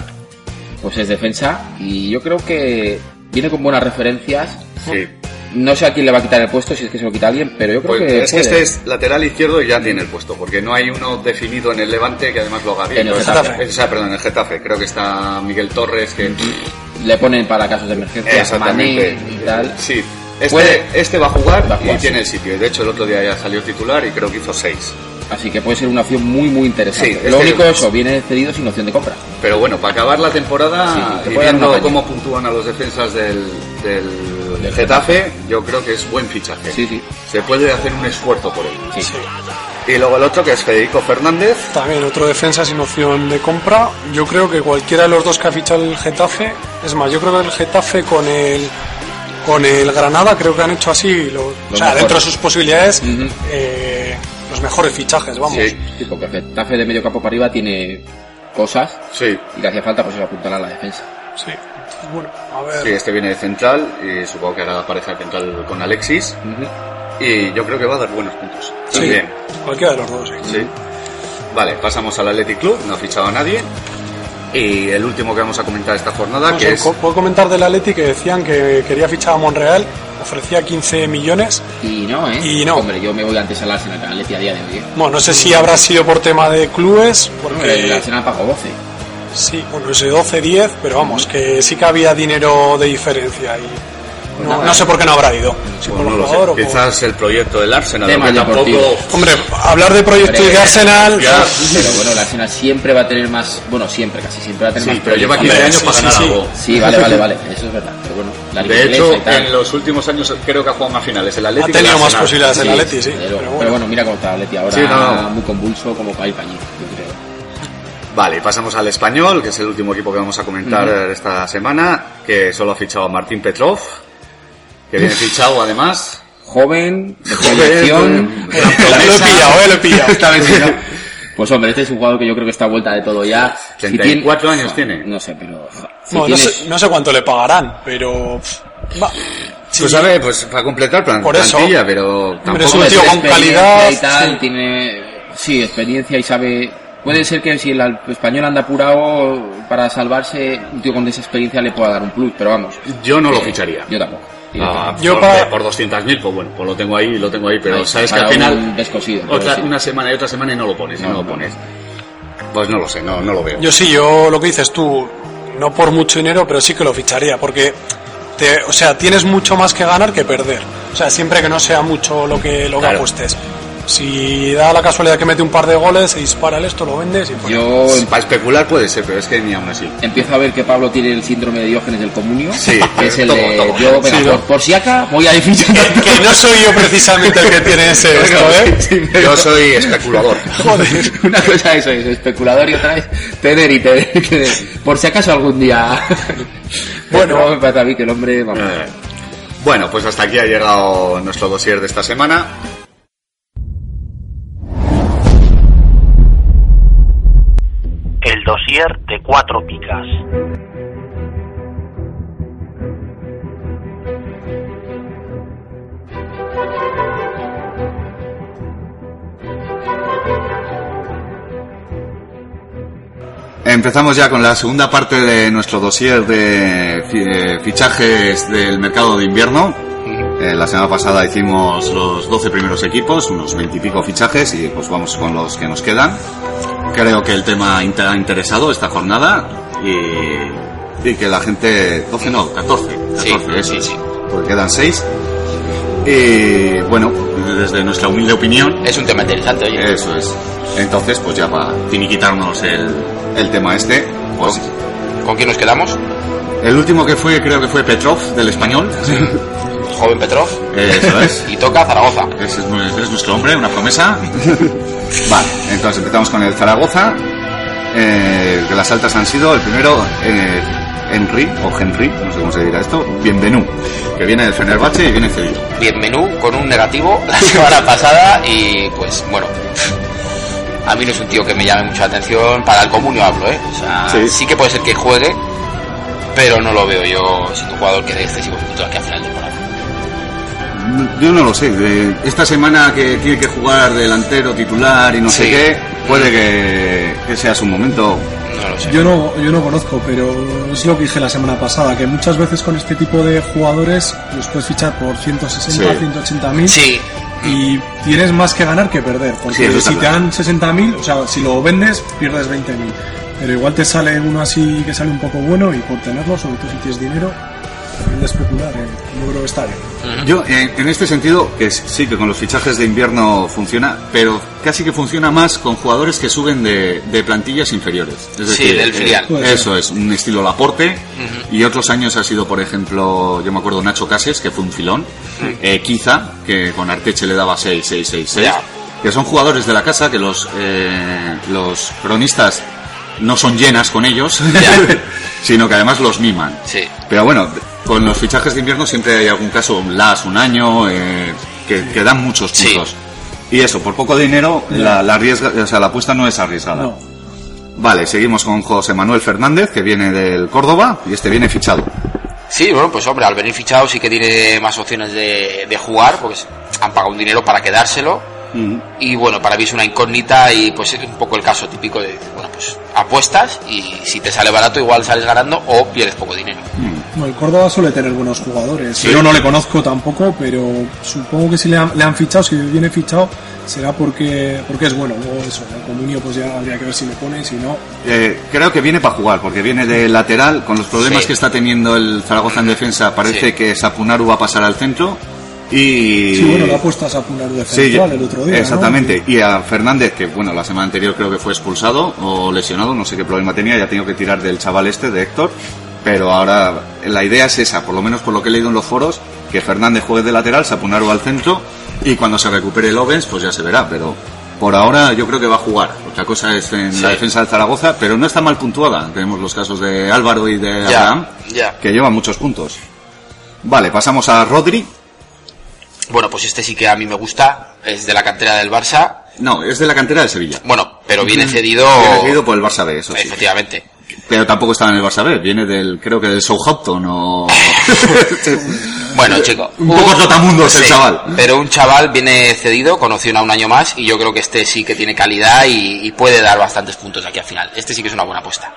S4: Pues es defensa y yo creo que viene con buenas referencias.
S3: Sí.
S4: No sé a quién le va a quitar el puesto, si es que se lo quita alguien, pero yo creo
S3: Pues
S4: que,
S3: es que
S4: puede.
S3: este es lateral izquierdo y ya tiene el puesto, porque no hay uno definido en el Levante que además lo haga bien.
S4: En el
S3: Entonces,
S5: Getafe.
S3: eh, O sea, perdón, en el Getafe. Creo que está Miguel Torres, que...
S4: le ponen para casos de emergencia, Mané
S3: Exactamente.
S4: y tal.
S3: Sí. Este,
S4: Puede.
S3: este va a jugar
S4: Va a jugar,
S3: y
S4: sí.
S3: tiene el sitio. Y de hecho el otro día ya salió titular y creo que hizo seis.
S4: Así que puede ser una opción muy, muy interesante.
S3: Sí, es
S4: lo
S3: que-
S4: único eso, viene cedido sin opción de compra.
S3: Pero bueno, para acabar la temporada
S4: Sí, te
S3: y
S4: puede dar una
S3: viendo
S4: caña.
S3: cómo puntúan a los defensas del, del
S4: Del
S3: Getafe, yo creo que es buen fichaje.
S4: Sí, sí.
S3: Se puede hacer un esfuerzo por él.
S4: Sí.
S5: Sí.
S3: Y luego el otro que es Federico Fernández.
S5: También otro defensa sin opción de compra. Yo creo que cualquiera de los dos que ha fichado el Getafe, es más, yo creo que el Getafe con el con el Granada creo que han hecho así, lo- o sea,
S4: mejores.
S5: dentro de sus posibilidades,
S4: Ujú.
S5: eh, los mejores fichajes, vamos.
S3: Sí,
S4: Sí, porque Getafe de medio campo para arriba tiene cosas
S3: sí.
S4: y que hacía falta pues eso, apuntalar a la defensa.
S5: Sí. Bueno, a ver.
S3: Sí, este viene de central y supongo que hará pareja de central con Alexis. Y yo creo que va a dar buenos puntos.
S5: Sí,
S3: También.
S5: cualquiera de los dos. sí.
S3: Sí. Vale, pasamos al Athletic Club, no ha fichado a nadie. Y el último que vamos a comentar esta jornada,
S5: Vamos,
S3: Ah, que es...
S5: co- Puedo comentar del Atleti que decían que quería fichar a Monreal, ofrecía 15 millones.
S4: Y no, ¿eh?
S5: Y no.
S4: Hombre, yo me voy antes al Arsenal que al Atleti a día de hoy. ¿eh?
S5: Bueno, no sé si habrá sido por tema de clubes,
S4: Hombre, El
S5: porque
S4: Arsenal pagó 12.
S5: sí, bueno, ese 12-10, pero vamos, que sí que había dinero de diferencia y no, no sé por qué no habrá ido. Si
S3: Pues
S5: por
S3: no lo sé,
S5: jugador o por-
S3: quizás el proyecto del Arsenal,
S4: Tema
S3: aunque tampoco...
S4: deportivo.
S5: Hombre, hablar de proyecto y de
S4: Hombre,
S5: Arsenal.
S3: ya.
S4: Pero bueno, el Arsenal siempre va a tener más... Bueno, siempre, casi siempre va a tener
S3: Sí,
S4: más...
S3: pero lleva 15
S4: proyectos.
S3: años
S5: sí,
S3: para
S5: sí,
S3: ganar
S5: sí.
S3: algo.
S4: Sí, vale, vale, vale. Eso es verdad. Pero bueno, la Liga
S3: De hecho,
S4: Inglesa y tal.
S3: en los últimos años creo que ha jugado más finales el
S5: Ha
S3: Atlético.
S5: tenido
S3: que el
S5: más
S3: Arsenal.
S5: posibilidades el Atleti, sí.
S4: desde luego.
S5: Pero bueno,
S4: mira cómo está el Atleti ahora,
S3: Sí, no, no.
S4: muy convulso, como para ir para allí, yo creo.
S3: Vale, pasamos al español, que es el último equipo que vamos a comentar eh, esta semana, que solo ha fichado a Martín Petrov, que viene fichado además.
S4: Joven, de
S3: Joven,
S4: proyección.
S3: gran
S5: eh, lo he
S3: promesa.
S5: pillado, eh, lo he pillado.
S4: Esta vez sí, ¿no? Pues hombre, este es un jugador que yo creo que está a vuelta de todo ya.
S3: 34 años tiene.
S4: No sé, pero... Si
S5: no, no
S4: tienes-
S5: sé, no sé cuánto le pagarán, pero. pff, va. Sí,
S3: Pues a ver, pues para completar plan,
S5: Por eso.
S3: plantilla, pero tampoco
S5: es un
S3: me
S5: tío
S3: parece-
S5: con calidad,
S4: y tal,
S5: sí.
S4: tiene sí, experiencia y sabe puede ser que si el al- español anda apurado para salvarse, un tío con esa experiencia le pueda dar un plus, pero vamos,
S3: Yo no lo ficharía. Ah,
S4: yo tampoco. directamente.
S5: Yo
S3: por,
S5: para-
S3: por 200.000, pues bueno, pues lo tengo ahí, lo tengo ahí, pero
S4: Ahí,
S3: sabes que al
S4: para un
S3: final
S4: descosido, pero
S3: otra-
S4: sí.
S3: una semana y otra semana y no lo pones, y
S4: No,
S3: no, lo
S4: no.
S3: pones. Pues no lo sé, no, no lo veo.
S5: Yo sí, yo lo que dices tú, no por mucho dinero, pero sí que lo ficharía, porque, te- o sea, tienes mucho más que ganar que perder. O sea, siempre que no sea mucho lo que, lo que
S3: Claro.
S5: apuestes. Si da la casualidad que mete un par de goles, se dispara el esto, lo vendes y fuera.
S4: Yo em-
S3: Pues, Para especular puede ser, pero es que ni aún así.
S4: empiezo a ver que Pablo tiene el síndrome de Diógenes del Comunio.
S3: Sí,
S4: que es el
S3: tomo,
S4: de.
S3: tomo.
S4: Yo, venga,
S5: Sí,
S4: por,
S5: no.
S4: por si acá, voy a fichar.
S5: Que no soy yo precisamente el que tiene ese esto, ¿eh?
S3: Yo soy especulador.
S5: Joder.
S4: Una cosa eso es especulador y otra es tener y tener, y tener. Por si acaso algún día.
S5: Bueno.
S4: me parece a mí que el hombre. Vamos.
S3: Eh, Bueno, pues hasta aquí ha llegado nuestro dossier de esta semana.
S2: El dossier de cuatro picas.
S3: Empezamos ya con la segunda parte de nuestro dossier de fi- eh, fichajes del mercado de invierno. Eh, la semana pasada hicimos los 12 primeros equipos, unos 20 y pico fichajes y pues vamos con los que nos quedan. Creo que el tema inte- ha interesado esta jornada y, y que la gente... 12 no, 14. 14
S6: Sí,
S3: eso
S6: sí,
S3: es,
S6: sí.
S3: Porque quedan 6. Y bueno, desde nuestra humilde opinión,
S6: Es un tema interesante, oye.
S3: eso es. Entonces, pues ya para finiquitarnos el, el tema este, pues
S6: ¿Con quién nos quedamos?
S3: el último que fue creo que fue Petrov, del español.
S6: Joven Petrov.
S3: Eso es.
S6: Y toca Zaragoza.
S3: Ese es, nue- es nuestro hombre, una promesa. vale, entonces empezamos con el Zaragoza. eh, que las altas han sido el primero, eh, Henry, o Henry, no sé cómo se dirá esto, Bienvenú, que viene del Fenerbahce y viene cedido.
S6: Bien menú con un negativo la semana pasada y pues bueno. A mí no es un tío que me llame mucha atención, para el comunio hablo, ¿eh? O sea,
S3: Sí.
S6: sí. que puede ser que juegue, pero no lo veo yo siendo un jugador que dé excesivos minutos aquí a final de temporada.
S3: No, Yo no lo sé. de- esta semana que tiene que jugar delantero, titular y no sé
S6: Sí.
S3: qué, puede que, que sea su momento.
S6: No lo sé.
S7: Yo no, yo no conozco, pero es lo que dije la semana pasada, que muchas veces con este tipo de jugadores los puedes fichar por 160,
S3: Sí.
S7: 180 mil
S6: Sí,
S7: y tienes más que ganar que perder,
S3: Sí,
S7: porque
S3: eso está
S7: si te
S3: claro.
S7: dan 60 mil, o sea, si lo vendes, pierdes 20 mil. Pero igual te sale uno así que sale un poco bueno y por tenerlo, sobre todo si tienes dinero, también de especular, eh, yo creo que está bien.
S3: Yo, en, en este sentido, que s- sí que con los fichajes de invierno funciona, pero casi que funciona más con jugadores que suben de, de plantillas inferiores. Es
S6: Sí, del
S3: eh,
S6: filial.
S7: Puede
S3: eso es, un estilo Laporte. Y otros años ha sido, por ejemplo, yo me acuerdo Nacho Cases, que fue un filón. Eh, Kiza, que con Arteche le daba 6, 6, 6, 6.
S6: Ya.
S3: Que son jugadores de la casa que los, eh, los cronistas no son llenas con ellos, sino que además los miman.
S6: sí.
S3: Pero bueno, con los fichajes de invierno siempre hay algún caso, un LAS, un año, eh, que, que dan muchos
S6: Sí.
S3: puntos. Y eso, por poco dinero, la, la arriesga- o sea, la apuesta no es arriesgada.
S7: No.
S3: Vale, seguimos con José Manuel Fernández, que viene del Córdoba, y este viene fichado.
S6: Sí, bueno, pues hombre, al venir fichado sí que tiene más opciones de, de jugar, porque han pagado un dinero para quedárselo. Y bueno, para mí es una incógnita y pues es un poco el caso típico de, bueno, pues apuestas y si te sale barato igual sales ganando o pierdes poco dinero.
S7: Bueno, el Córdoba suele tener buenos jugadores. Yo no le conozco tampoco, pero supongo que si le han, le han fichado, si viene fichado, será porque, porque es bueno. Luego eso, el comunio pues ya habría que ver si le pone, si no.
S3: Eh, creo que viene para jugar, porque viene de lateral, con los problemas
S6: Sí.
S3: que está teniendo el Zaragoza en defensa, parece
S6: Sí.
S3: que Sapunaru va a pasar al centro. Y...
S7: Sí, bueno, le ha puesto a Sapunar de
S3: Sí,
S7: central el otro día. ¿no?
S3: exactamente. Y a Fernández, que bueno, la semana anterior creo que fue expulsado o lesionado, no sé qué problema tenía, ya tengo que tirar del chaval este, de Héctor. Pero ahora la idea es esa, por lo menos por lo que he leído en los foros, que Fernández juegue de lateral, Sapunaro al centro y cuando se recupere el Ovens, pues ya se verá. Pero por ahora yo creo que va a jugar. Otra cosa es en la defensa del Zaragoza, pero no está mal puntuada. Tenemos los casos de Álvaro y de
S6: Ya,
S3: Abraham,
S6: ya.
S3: que llevan muchos puntos. Vale, pasamos a Rodri.
S6: Bueno, pues este sí que a mí me gusta, es de la cantera del Barça,
S3: No, es de la cantera de Sevilla.
S6: bueno, pero viene cedido...
S3: Viene cedido por el Barça B, eso sí.
S6: Efectivamente.
S3: Pero tampoco estaba en el Barça B, viene del, creo que del Southampton o...
S6: Bueno, chico.
S3: Un poco trotamundos el chaval.
S6: Pero un chaval viene cedido, con opción a un año más, y yo creo que este sí que tiene calidad y, y puede dar bastantes puntos aquí al final. Este sí que es una buena apuesta.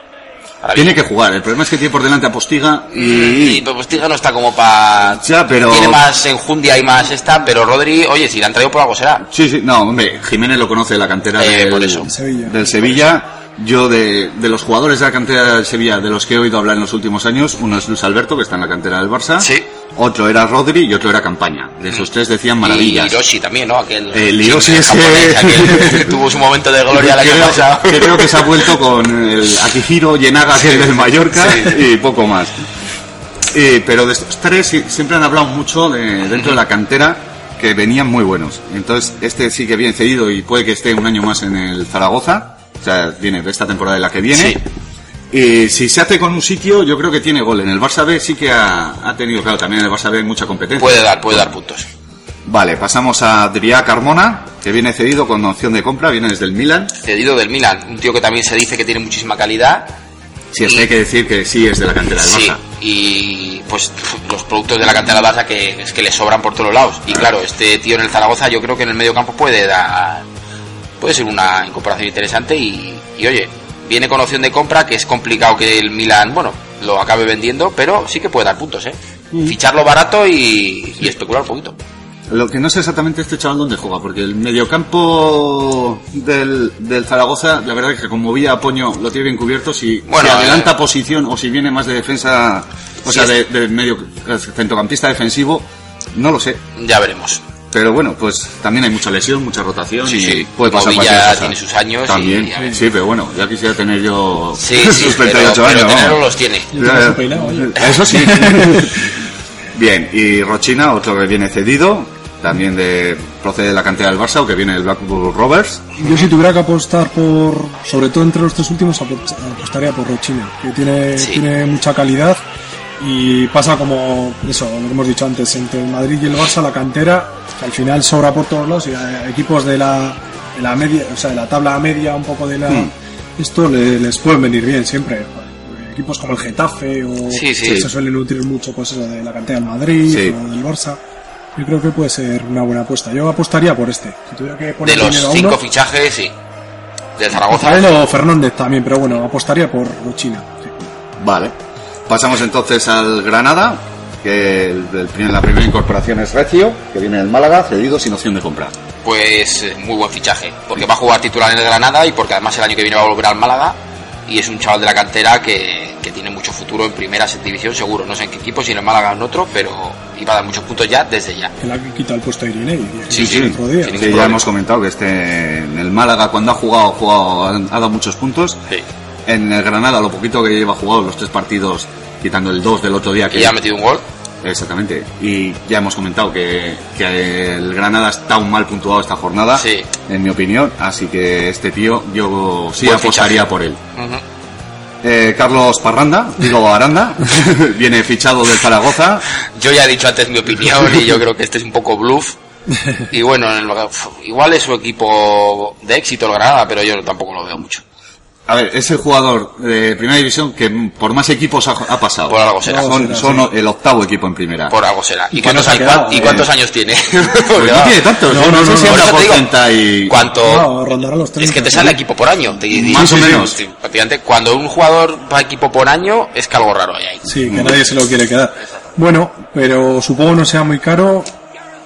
S6: Ahora
S3: Tiene
S6: bien,
S3: que jugar. El problema es que tiene por delante a Postiga y...
S6: Y pues Postiga no está como para.
S3: Ya, pero-
S6: Tiene más enjundia y más esta, pero Rodri, oye, si la han traído por algo será.
S3: Sí, sí, no, hombre, Jiménez lo conoce de la cantera
S6: Eh,
S3: del,
S6: por eso.
S7: Sevilla.
S3: del Sevilla. Yo, de, de los jugadores de la cantera del Sevilla, de los que he oído hablar en los últimos años, uno es Luis Alberto, que está en la cantera del Barça.
S6: Sí. Mm.
S3: Otro era Rodri y otro era Campaña. De esos tres decían maravillas. Eh,
S6: Y Hiroshi también, ¿no? Aquel.
S3: El Hiroshi ese-
S6: japonés, aquel que tuvo su momento de gloria el año
S3: creo,
S6: pasado.
S3: creo que se ha vuelto con el Akihiro Yenaga, que es del Mallorca, y poco más. Eh, pero de estos tres sí- siempre han hablado mucho de- dentro de la cantera que venían muy buenos. Entonces, este sí que viene cedido y puede que esté un año más en el Zaragoza. O sea, viene de esta temporada de la que viene. Eh, si se hace con un sitio, yo creo que tiene gol. En el Barça B sí que ha, ha tenido, claro, también en el Barça B hay mucha competencia.
S6: Puede dar, puede dar puntos.
S3: Vale, pasamos a Adrià Carmona, que viene cedido con opción de compra, viene desde el Milan.
S6: Cedido del Milan, un tío que también se dice que tiene muchísima calidad.
S3: Sí, es
S6: Y-
S3: que hay que decir que sí es de la cantera del
S6: Sí,
S3: Barça.
S6: y pues los productos de la cantera Barça que es que le sobran por todos lados. Y claro, este tío en el Zaragoza yo creo que en el medio campo puede dar puede ser una incorporación interesante y, y, oye, viene con opción de compra que es complicado que el Milan, bueno, lo acabe vendiendo, pero sí que puede dar puntos, ¿eh? Ficharlo barato y, y especular un poquito.
S3: Lo que no sé exactamente este chaval dónde juega, porque el mediocampo del, del Zaragoza, la verdad es que como vía a Poño lo tiene bien cubierto, si,
S6: Bueno,
S3: si adelanta
S6: eh,
S3: posición o si viene más de defensa, o
S6: Sí,
S3: sea, de, de medio eh, centrocampista defensivo, no lo sé.
S6: Ya veremos.
S3: Pero bueno, pues también hay mucha lesión, mucha rotación
S6: Sí,
S3: y
S6: sí.
S3: puede pasar
S6: Movilla
S3: cualquier cosa.
S6: tiene sus años y-
S3: También,
S6: y a ver.
S3: sí, pero bueno, ya quisiera tener yo
S6: Sí, sí,
S3: sus
S6: pero,
S3: 38
S6: pero
S3: años. vamos.
S6: tenerlo los tiene.
S7: Yo tengo su peinado, oye.
S3: Eso sí. Bien, y Rochina, otro que viene cedido, también de procede de la cantera del Barça, o que viene del Blackburn Rovers.
S7: Yo si tuviera que apostar por, sobre todo entre los tres últimos, apo- apostaría por Rochina, que tiene,
S6: Sí.
S7: tiene mucha calidad y pasa como eso, lo que hemos dicho antes, entre el Madrid y el Barça, la cantera, que al final sobra por todos lados y a equipos de la, de la media, o sea, de la tabla media, un poco de la...
S6: Hmm.
S7: Esto le- les pueden venir bien siempre. Equipos como el Getafe o
S6: Sí, sí.
S7: que se suelen nutrir mucho pues eso, de la cantera del Madrid
S3: Sí.
S7: o del Barça. Yo creo que puede ser una buena apuesta. Yo apostaría por este. Si tuviera que
S6: De
S7: poner
S6: los
S7: dinero a
S6: cinco
S7: uno,
S6: fichajes, sí. Del Zaragoza.
S7: Rafael o Fernández también, pero bueno, apostaría por Rochina. sí.
S3: Vale. Pasamos entonces al Granada, que el- el primer- la primera incorporación es Recio, que viene del Málaga, cedido sin opción de compra.
S6: pues eh, muy buen fichaje, porque va a jugar titular en el Granada y porque además el año que viene va a volver al Málaga y es un chaval de la cantera que, que tiene mucho futuro en primera división seguro, no sé en qué equipo, si en el Málaga o en otro, pero iba a dar muchos puntos ya desde ya.
S7: Que le ha quitado el puesto a Irinei.
S6: Sí, sí,
S7: el otro día.
S6: sin
S3: Sí,
S6: ningún
S3: ya
S6: problema.
S3: hemos comentado que este en el Málaga cuando ha jugado, ha jugado, ha ha dado muchos puntos.
S6: Sí.
S3: En el Granada, lo poquito que lleva jugado, los tres partidos, quitando el 2 del otro día, que
S6: Y ya ha metido un gol,
S3: Exactamente. Y ya hemos comentado que, que el Granada está un mal puntuado esta jornada,
S6: Sí.
S3: en mi opinión. Así que este tío, yo sí
S6: Buen
S3: apostaría
S6: fichaje.
S3: por él.
S6: Ujú.
S3: Eh, Carlos Parranda, digo Aranda, viene fichado del Zaragoza.
S6: Yo ya he dicho antes mi opinión y yo creo que este es un poco bluff. Y bueno, en el- uf, igual es su equipo de éxito el Granada, pero yo tampoco lo veo mucho.
S3: A ver, es el jugador de primera división que por más equipos ha, ha pasado.
S6: Por algo será.
S3: Son, son el octavo equipo en primera.
S6: Por algo será. ¿Y,
S7: ¿Y cuánto
S6: cuántos,
S7: se ha
S6: y
S7: quedado,
S6: cuán- y
S7: eh?
S6: cuántos años tiene?
S3: Pues no tiene tantos,
S7: No,
S3: no,
S7: no,
S3: sé
S7: no,
S3: si
S7: no,
S3: anda
S6: por eso
S3: por
S6: te digo,
S3: 30 y...
S6: ¿Cuánto?
S7: No, rondará los 30.
S6: Es que te sale equipo por año. Te,
S3: Más o menos.
S6: sí, prácticamente, cuando un jugador va equipo por año, es que algo raro hay ahí.
S7: Sí, que nadie se lo quiere quedar. Bueno, pero supongo no sea muy caro.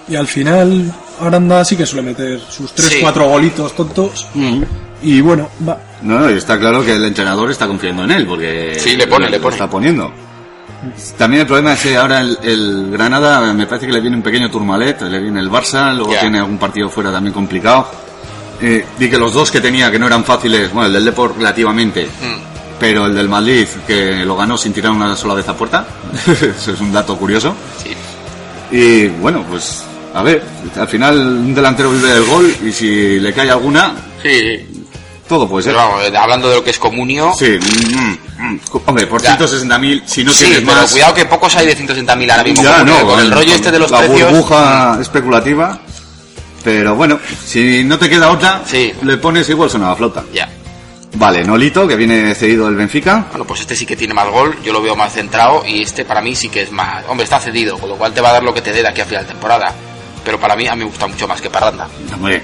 S7: Y al final, Aranda sí que suele meter sus 3-4
S6: Sí.
S7: golitos tontos. Y bueno, va.
S3: No, no, y está claro que el entrenador está confiando en él, porque
S6: Sí, le pone,
S3: lo-
S6: le
S3: lo
S6: pone.
S3: está poniendo. También el problema es que ahora el, el Granada me parece que le viene un pequeño turmalet, le viene el Barça, luego
S6: Ya.
S3: tiene algún partido fuera también complicado. Eh, di que los dos que tenía que no eran fáciles, bueno, el del Depor relativamente,
S6: Mm.
S3: pero el del Madrid que lo ganó sin tirar una sola vez a puerta, eso es un dato curioso.
S6: Sí.
S3: Y bueno, pues a ver, al final un delantero vive del gol y si le cae alguna,
S6: Sí,
S3: todo puede ser.
S6: pero vamos, eh, hablando de lo que es comunio.
S3: Sí, mm, mm, mm. hombre, por
S6: Ya.
S3: 160.000, si no
S6: sí,
S3: tienes
S6: pero
S3: más.
S6: cuidado que pocos hay de 160.000 ahora mismo.
S3: ya,
S6: comunio,
S3: no,
S6: con el rollo este de los
S3: la
S6: precios.
S3: burbuja especulativa. Pero bueno, si no te queda otra,
S6: Sí.
S3: le pones igual suena la flauta.
S6: Ya.
S3: Vale, Nolito, que viene cedido del Benfica.
S6: Bueno, pues este sí que tiene más gol, yo lo veo más centrado y este para mí sí que es más... Hombre, está cedido, con lo cual te va a dar lo que te dé de aquí a final de temporada. Pero para mí, a mí me gusta mucho más que Parranda.
S3: Hombre.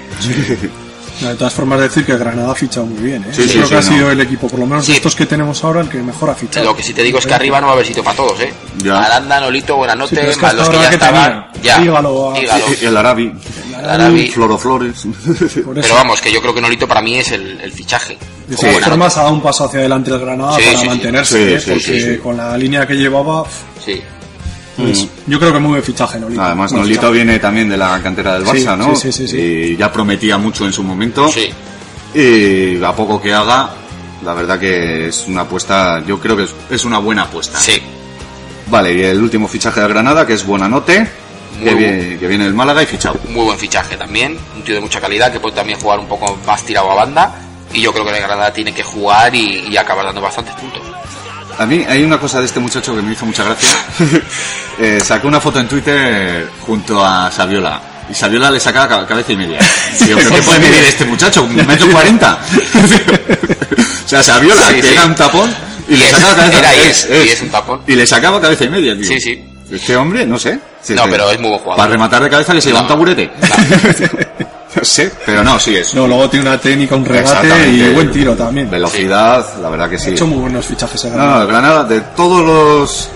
S5: De todas formas, decir que el Granada ha fichado muy bien. ¿eh?
S3: Sí,
S5: Yo
S3: sí,
S5: creo
S3: sí,
S5: que ha
S3: no.
S5: sido el equipo, por lo menos
S6: Sí.
S5: de estos que tenemos ahora, el que mejor ha fichado. ¿Eh?
S6: Lo que sí te digo es que arriba no va a haber sitio para todos, ¿eh?
S3: Ya.
S6: Aranda,
S5: Sí,
S6: Nolito,
S5: pero
S6: Buenanote,
S5: es que
S6: más
S5: hasta
S6: los que
S5: ahora
S6: ya
S5: que
S6: estaban.
S5: tenía.
S6: Ya.
S5: Dígalo ah, a-
S6: Dígalo.
S3: El Arabi. Mm,
S6: Arabi.
S3: Floroflores.
S5: Por eso,
S6: Pero vamos, que yo creo que Nolito para mí es el, el fichaje.
S5: de
S6: Como
S5: todas
S6: Buenanote.
S5: formas, ha dado un paso hacia adelante el Granada
S6: Sí,
S5: para
S6: sí, sí.
S5: mantenerse,
S3: Sí,
S5: ¿eh?
S3: sí, sí,
S5: porque
S3: sí.
S5: con la línea que llevaba,
S6: Sí.
S5: pues, yo creo que muy buen fichaje, Nolito.
S3: Mm. Además,
S5: Buen
S3: Nolito
S5: fichaje.
S3: viene también de la cantera del
S5: Sí,
S3: Barça, ¿no?
S5: sí, sí, sí, sí.
S3: Y ya prometía mucho en su momento.
S6: Sí.
S3: Y a poco que haga, la verdad que es una apuesta, yo creo que es- es una buena apuesta.
S6: Sí.
S3: Vale, y el último fichaje de Granada, que es Buenanote, que,
S6: Muy
S3: viene, que viene del Málaga y fichado.
S6: Muy buen fichaje también. Un tío de mucha calidad que puede también jugar un poco más tirado a banda. Y yo creo que la Granada tiene que jugar y, y acabar dando bastantes puntos.
S3: A mí hay una cosa de este muchacho que me hizo mucha gracia. Eh, sacó una foto en Twitter junto a Saviola. Y Saviola le sacaba ca- cabeza y media. Digo, ¿pero qué puede medir este muchacho? ¿Un metro cuarenta? o sea, Saviola,
S6: Sí,
S3: que
S6: sí.
S3: era un tapón y,
S6: Y
S3: le
S6: es-
S3: sacaba cabeza
S6: era y es, y es un tapón.
S3: Y le sacaba cabeza y media, tío.
S6: Sí, sí.
S3: Este hombre, no sé. Sí,
S6: No,
S3: sí.
S6: pero es muy buen jugador.
S3: Para rematar de cabeza le se lleva un
S6: No.
S3: taburete. no sé, pero no, sí es.
S5: No, luego tiene una técnica, un regate
S3: Exactamente.
S5: y buen tiro también.
S3: Velocidad, la verdad que sí.
S5: Ha hecho muy buenos fichajes eh, el Granada.
S3: No, el Granada, de todos los,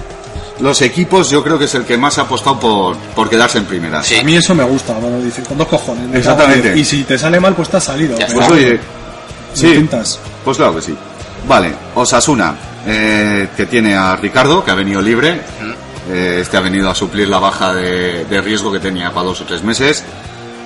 S3: los equipos, yo creo que es el que más ha apostado por, por quedarse en primera.
S6: Sí.
S5: A mí eso me gusta, bueno, dice, con dos cojones. me
S3: Exactamente.
S5: cago en diez. Y si te sale mal, pues te has salido.
S6: Ya
S5: pero
S3: Pues
S6: está.
S3: oye,
S5: lo
S3: sí,
S5: intentas.
S3: pues claro que sí. Vale, Osasuna, eh, que tiene a Ricardo, que ha venido libre. Eh, este ha venido a suplir la baja de, de riesgo que tenía para dos o tres meses.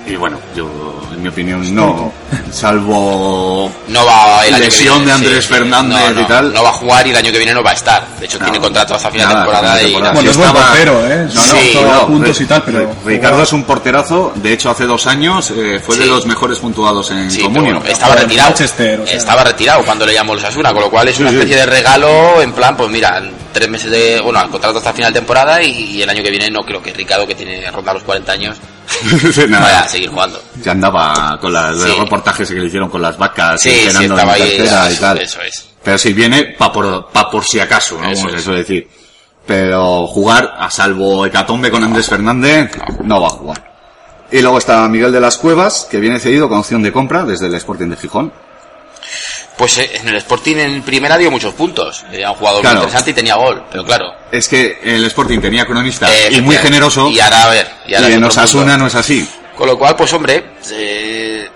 S3: Y bueno, yo, en mi opinión, no. Salvo
S6: No va el año
S3: Lesión
S6: que viene,
S3: de Andrés Fernández
S6: No, no,
S3: y tal.
S6: No va a jugar y el año que viene no va a estar. De hecho,
S3: No.
S6: tiene contrato hasta final
S3: Nada,
S6: de temporada,
S3: final de
S6: y
S3: temporada.
S6: no-
S5: Bueno,
S3: Sí,
S5: es buen
S3: estaba-
S5: portero, ¿eh?
S3: No, no,
S6: Sí,
S5: Estaba a
S3: cuidado.
S5: puntos
S3: Ri-
S5: y tal, pero...
S3: Ri- Ricardo es un porterazo, de hecho hace dos años eh, fue de
S6: Sí.
S3: los mejores puntuados en
S6: Sí, pero
S3: Comunio.
S6: bueno, estaba
S5: Bueno,
S6: retirado.
S5: Manchester, o sea.
S6: Estaba retirado cuando le llamó los Asuna, con lo cual es una
S3: Sí, sí.
S6: especie de regalo en plan, pues mira, en tres meses de, bueno, al contrato hasta final de temporada y, y el año que viene no creo que Ricardo, que tiene ronda los 40 años,
S3: Nada.
S6: vaya a seguir jugando.
S3: Ya andaba con las- los
S6: Sí.
S3: reportajes que le hicieron con las vacas,
S6: Sí, sí,
S3: entrenando
S6: estaba
S3: en
S6: ahí.
S3: cartera
S6: eso,
S3: y tal.
S6: eso es.
S3: Pero si viene, pa por, pa por si acaso, ¿no?
S6: Eso
S3: Como se
S6: es.
S3: suele decir. Pero jugar, a salvo Hecatombe con Andrés Fernández, no va a jugar. Y luego está Miguel de las Cuevas, que viene cedido con opción de compra desde el Sporting de Gijón.
S6: Pues eh, en el Sporting en primera dio muchos puntos. Era un jugador
S3: Claro.
S6: muy interesante y tenía gol, pero claro.
S3: Es que el Sporting tenía cronista
S6: eh,
S3: y muy generoso,
S6: Y ahora, a ver, y ahora
S3: y
S6: es
S3: en
S6: otro punto.
S3: Osasuna no es así.
S6: Con lo cual, pues hombre, eh,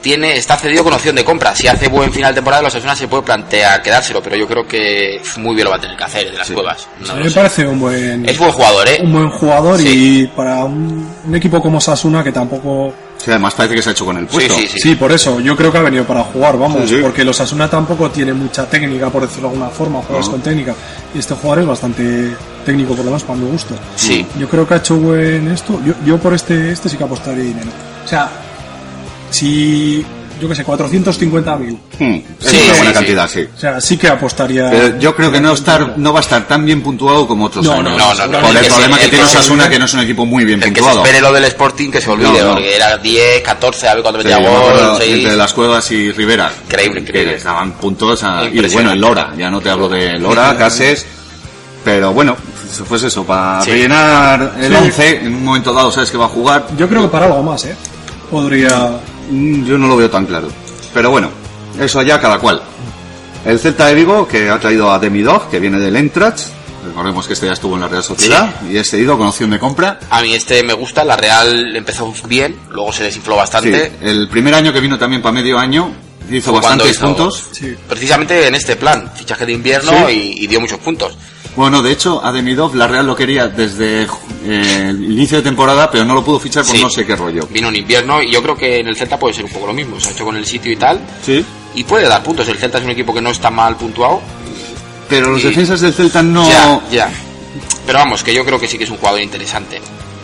S6: tiene, está cedido con opción de compra. Si hace buen final de temporada, los Osasuna se puede plantear quedárselo, pero yo creo que muy bien lo va a tener que hacer el de las cuevas. No
S5: A mí
S6: lo
S5: me
S6: sé.
S5: parece un buen...
S6: Es buen jugador, ¿eh?
S5: un buen jugador
S6: Sí.
S5: y para un, un equipo como Sasuna que tampoco...
S3: Sí, además parece que se ha hecho con el puesto.
S6: Sí, sí,
S5: Sí. por eso, yo creo que ha venido para jugar, vamos,
S3: Sí, sí.
S5: porque los Asuna tampoco tiene mucha técnica, por decirlo de alguna forma, jugadores con técnica, y este jugador es bastante técnico, por lo menos para mi gusto.
S6: Sí.
S5: Yo creo que ha hecho buen esto, yo, yo por este este sí que apostaría dinero. O sea, si, yo que sé, 450.000,
S3: Hmm, es
S6: Sí,
S3: una
S6: sí,
S3: buena
S6: sí.
S3: cantidad, sí.
S5: o sea, sí que apostaría...
S3: Pero Eh, yo creo que no, estar, no va a estar tan bien puntuado como otros
S5: No,
S3: años.
S5: no,
S6: no, no, no.
S3: Por
S6: El
S3: el
S6: que
S3: problema
S6: se-
S3: que
S6: el
S3: tiene
S6: que se-
S3: Osasuna, que no es un equipo muy bien
S6: El que se
S3: puntuado.
S6: espere lo del Sporting que se olvide,
S3: No, no.
S6: porque era 10, 14, a ver cuando
S3: Sí,
S6: metía
S3: me
S6: gol,
S3: acuerdo
S6: seis.
S3: entre las cuevas y Rivera.
S6: Increíble, increíble.
S3: Que estaban puntos a- y
S6: Impresionante.
S3: bueno, el Lora, ya no te hablo de Lora, Cases, pero bueno, pues eso, para
S6: Sí.
S3: rellenar el
S5: Sí.
S3: 11, en un momento dado sabes que va a jugar,
S5: Yo creo que para algo más, ¿eh? Podría...
S3: Mm, Yo no lo veo tan claro. Pero bueno, eso allá cada cual. El Celta de Vigo, que ha traído a Demidog, que viene del Entrach. Recordemos que este ya estuvo en la Real Sociedad y es cedido con opción de compra.
S6: A mí este me gusta, la Real empezó bien, luego se desinfló
S3: Sí,
S6: bastante.
S3: el primer año que vino también para medio año hizo
S6: Fue cuando
S3: bastantes
S6: hizo-
S3: puntos.
S5: Sí.
S6: Precisamente en este plan, fichaje de invierno
S3: Sí.
S6: y, y dio muchos puntos.
S3: Bueno, de hecho, a Demidov la Real lo quería desde eh, el inicio de temporada, pero no lo pudo fichar por
S6: Sí.
S3: no sé qué rollo.
S6: Vino un invierno y yo creo que en el Celta puede ser un poco lo mismo. Se ha hecho con el sitio y tal.
S3: Sí.
S6: Y puede dar puntos. El Celta es un equipo que no está mal puntuado.
S3: Pero los
S6: Sí.
S3: defensas del Celta no...
S6: Ya, ya. Pero vamos, que yo creo que sí que es un jugador interesante.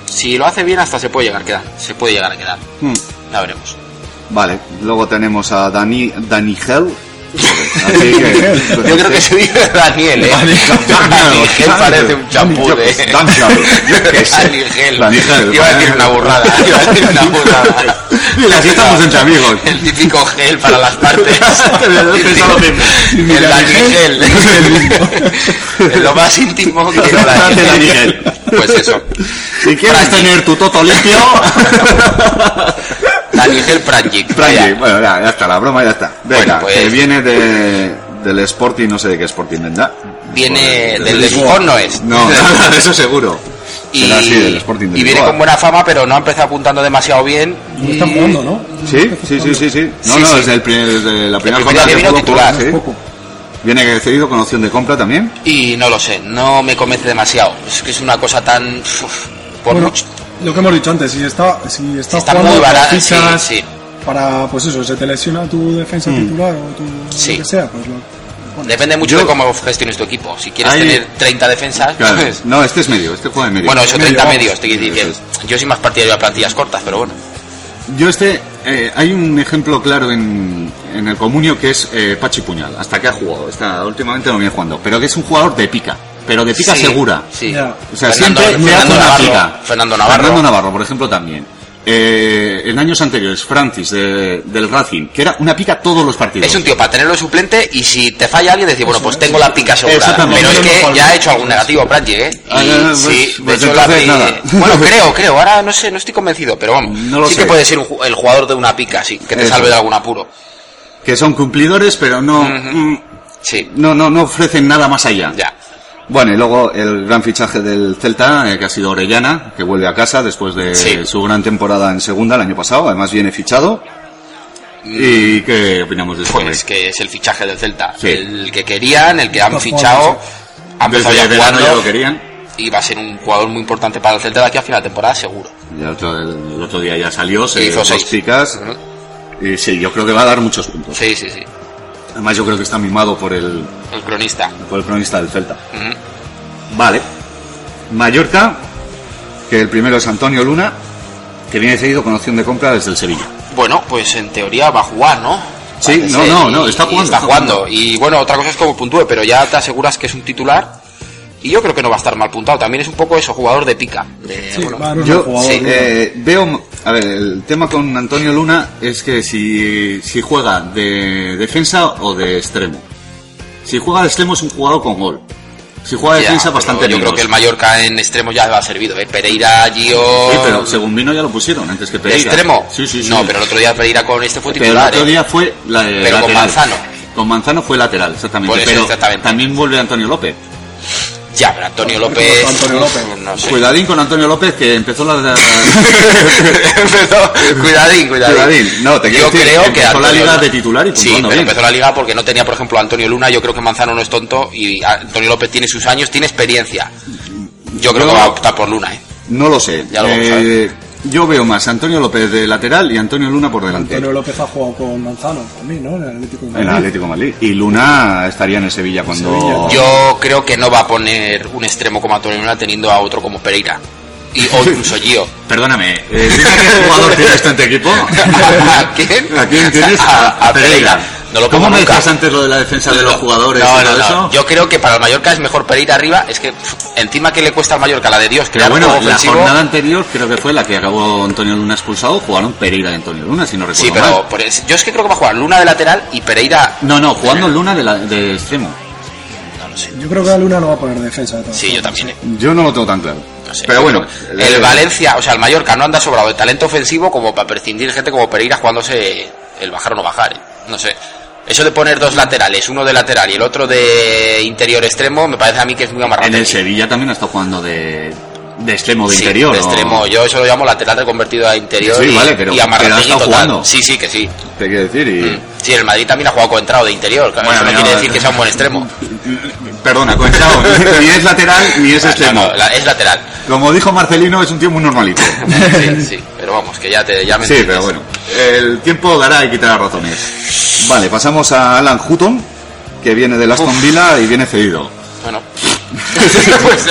S6: Si lo hace bien, hasta se puede llegar a quedar. Se puede llegar a quedar.
S3: Hmm.
S6: Ya veremos.
S3: Vale, luego tenemos a Dani, Danigel. Así que,
S6: Yo creo que se dice Daniel, ¿eh? Daniel parece un champú de...
S3: Daniel, yo qué sé.
S6: Daniel.
S3: Daniel,
S6: Iba a decir una burrada. Iba a decir una burrada.
S3: Y así estamos entre amigos.
S6: El típico gel para las partes.
S3: he pensado lo mismo.
S6: El Daniel. Es lo más íntimo que tiene la
S3: Date Daniel.
S6: Pues eso.
S3: Si quieres
S6: Frankie.
S3: tener tu toto limpio,
S6: Daniel Pranjic.
S3: Franji, bueno, ya, ya está, la broma ya está. Venga,
S6: Bueno, pues-
S3: que viene de, del Sporting, no sé de qué Sporting vendrá.
S6: Viene
S3: Joder,
S6: del Lisboa, no es.
S3: No, nada, eso seguro.
S6: Y,
S3: Será así, del Sporting de
S6: y viene
S3: Lisboa.
S6: con buena fama, pero no ha empezado apuntando demasiado bien.
S5: No están jugando, ¿no?
S3: Sí, sí, sí, sí, sí. No,
S6: Sí,
S3: no,
S6: sí.
S3: desde, el primer- desde la primera
S6: primer
S3: jornada que
S6: día vino
S3: jugó,
S6: titular.
S3: jugó, sí.
S5: Poco.
S3: Viene cedido con opción de compra también.
S6: Y no lo sé, no me convence demasiado. Es que es una cosa tan. uf, por
S5: Bueno,
S6: mucho.
S5: Lo que hemos dicho antes, si está, si está,
S6: Está
S5: jugando,
S6: muy barata,
S5: te fichas
S6: sí, sí.
S5: Para, pues eso, se te lesiona tu
S3: Mm.
S5: defensa titular o tu. lo
S6: Sí.
S5: que sea, pues lo. bueno,
S6: Depende mucho
S3: Yo-
S6: de cómo gestiones tu equipo. Si quieres
S3: Ahí-
S6: tener 30 defensas. pues,
S3: Claro. No, este es medio, este juega de medio.
S6: Bueno, eso,
S3: Medio,
S6: 30
S3: vamos.
S6: medios, te quiero decir este que Yo soy más partidario de plantillas cortas, pero bueno.
S3: Yo este, eh, hay un ejemplo claro en, en el comunio que es eh, Pachi Puñal, hasta que ha jugado, está, últimamente no viene jugando, pero que es un jugador de pica, pero de pica
S6: Sí,
S3: segura.
S6: Sí.
S5: Ya.
S3: O sea,
S6: Fernando-
S3: siempre le hace
S6: Fernando
S3: una
S6: Navarro,
S3: pica.
S6: Fernando Navarro.
S3: Fernando Navarro, por ejemplo, también. Eh, en años anteriores, Francis de- del Racing, que era una pica todos los partidos.
S6: Es un tío para tenerlo de suplente y si te falla alguien decir, bueno, pues tengo la pica segura.
S3: Exactamente.
S6: Pero es
S3: No, no,
S6: que
S3: no,
S6: ya
S3: no.
S6: ha hecho algún negativo Pratchett, ¿eh?
S3: Ah,
S6: Y
S3: ya, ya,
S6: sí,
S3: pues,
S6: de
S3: pues
S6: hecho la
S3: entonces
S6: vi-
S3: nada.
S6: Bueno, creo, creo. Ahora no sé, no estoy convencido, pero vamos.
S3: No lo
S6: sí
S3: sé.
S6: que puede ser un ju- el jugador de una pica, sí, que te
S3: Eso.
S6: salve de algún apuro.
S3: Que son cumplidores, pero no, mm,
S6: Sí,
S3: no, no, no ofrecen nada más allá.
S6: ya.
S3: Bueno, y luego el gran fichaje del Celta, eh, que ha sido Orellana, que vuelve a casa después de
S6: Sí.
S3: su gran temporada en segunda el año pasado, además viene fichado. ¿Y qué opinamos de esto?
S6: Pues que es el fichaje del Celta.
S3: Sí.
S6: El que querían, el que han
S5: Los
S6: fichado.
S5: jugadores,
S6: Han
S3: Desde
S6: empezado ya
S3: verano ya lo
S6: jugando
S3: querían.
S6: y va a ser un jugador muy importante para el Celta de aquí a final de temporada, seguro.
S3: Y el, otro, el otro día ya salió, se
S6: Y hizo
S3: hizo seis
S6: seis.
S3: picas. Y sí, yo creo que va a dar muchos puntos.
S6: Sí, sí, sí.
S3: Además, yo creo que está mimado por el,
S6: El cronista.
S3: por el cronista del Celta.
S6: Ujú.
S3: Vale. Mallorca, que el primero es Antonio Luna, que viene cedido con opción de compra desde el Sevilla.
S6: Bueno, pues en teoría va a jugar, ¿no?
S3: Sí,
S6: Parece
S3: no,
S6: ser,
S3: no,
S6: y-
S3: no, está
S6: y
S3: jugando,
S6: Está
S3: está
S6: jugando.
S3: jugando.
S6: Y bueno, otra cosa es como puntúe, pero ya te aseguras que es un titular. Y yo creo que no va a estar mal puntado. También es un poco eso, jugador de pica. De,
S5: sí,
S6: bueno,
S5: va a dar un
S3: Yo
S5: jugador,
S6: sí,
S5: ¿no?
S3: eh, veo, a ver, el tema con Antonio Luna es que si, si juega de defensa o de extremo. Si juega de extremo es un jugador con gol. Si juega de
S6: ya,
S3: defensa
S6: pero
S3: bastante
S6: Yo creo
S3: menos.
S6: que el Mallorca en extremo ya va servido. ¿eh? Pereira, Gio.
S3: Sí, pero según vino ya lo pusieron antes que
S6: ¿De
S3: Pereira.
S6: extremo?
S3: Sí, sí, sí.
S6: No, pero el otro día Pereira con este fue
S3: Pero el
S6: titular.
S3: otro
S6: ¿eh?
S3: día fue la,
S6: Pero con
S3: lateral.
S6: Manzano.
S3: Con Manzano fue lateral, exactamente.
S6: Por eso,
S3: pero
S6: exactamente.
S3: también vuelve Antonio López.
S6: Ya, pero Antonio López.
S5: Antonio López.
S6: No sé.
S3: Cuidadín con Antonio López que empezó la... la-
S6: Empezó- cuidadín, cuidadín.
S3: Cuidadín. No, te quiero
S6: yo
S3: decir,
S6: creo que
S3: empezó la
S6: Antonio
S3: liga
S6: Luna-
S3: de titular y
S6: Sí,
S3: puntuando
S6: pero
S3: bien.
S6: empezó la liga porque no tenía, por ejemplo, a Antonio Luna. Yo creo que Manzano no es tonto y Antonio López tiene sus años, tiene experiencia. Yo creo
S3: Yo-
S6: que va a optar por Luna, ¿eh?
S3: No lo sé.
S6: Ya lo vamos a
S3: Eh, yo veo más a Antonio López de lateral y Antonio Luna por delante.
S5: Antonio López ha jugado con Manzano también, ¿no? En el Atlético de
S3: En el
S5: Madrid.
S3: Atlético de Madrid. Y Luna estaría en el Sevilla cuando...
S5: Sevilla.
S6: Yo creo que no va a poner un extremo como Antonio Luna teniendo a otro como Pereira. Y, o incluso Gio.
S3: Perdóname, eh, dime qué jugador tienes tú en tu equipo.
S6: ¿A quién?
S3: ¿A quién tienes? A,
S6: este A- a Pereira. No lo
S3: ¿Cómo
S6: pongo
S3: me
S6: nunca.
S3: decías antes lo de la defensa de los jugadores
S6: No,
S3: y
S6: no,
S3: todo
S6: no.
S3: eso?
S6: Yo creo que para el Mallorca es mejor Pereira arriba. Es que pff, encima que le cuesta al Mallorca la de Dios
S3: Pero
S6: crear
S3: bueno,
S6: juego
S3: la
S6: ofensivo.
S3: jornada anterior creo que fue la que acabó Antonio Luna expulsado, jugaron Pereira y Antonio Luna, si no recuerdo
S6: Sí, pero
S3: mal.
S6: por es- yo es que creo que va a jugar Luna de lateral y Pereira.
S3: No, no, jugando Luna de, la- de extremo.
S6: No lo sé.
S5: Yo creo que a Luna no va a poner defensa. De todas
S6: Sí, yo
S5: formas.
S6: también. eh.
S3: Yo no lo tengo tan claro.
S6: No sé.
S3: Pero bueno, eh,
S6: el Valencia, o sea, el Mallorca no anda sobrado de talento ofensivo como para prescindir gente como Pereira jugándose el bajar o no bajar. eh. No sé. Eso de poner dos laterales, uno de lateral y el otro de interior extremo, me parece a mí que es muy amarrado.
S3: En el Sevilla también ha estado jugando de, de extremo, de
S6: Sí,
S3: interior.
S6: de
S3: ¿no?
S6: extremo. Yo eso lo llamo lateral reconvertido a interior
S3: Sí,
S6: y,
S3: vale, pero-
S6: y amarrategui
S3: pero ha estado
S6: total.
S3: jugando.
S6: Sí, sí, que sí.
S3: Te quiero decir, y...
S6: Mm. Sí, el Madrid también ha jugado con entrado de interior. claro,
S3: Bueno,
S6: eso no,
S3: no,
S6: quiere
S3: no.
S6: decir que sea un buen extremo.
S3: Perdona, coincido. ni es lateral ni es
S6: No,
S3: extremo.
S6: no, Mm. la- es lateral.
S3: Como dijo Marcelino, es un tío muy normalito.
S6: Sí, sí, pero vamos, que ya te ya me
S3: sí,
S6: entiendes.
S3: pero bueno. El tiempo dará y quitará razones. Vale, pasamos a Alan Hutton, que viene del Aston Villa y viene cedido.
S6: Bueno. Pues,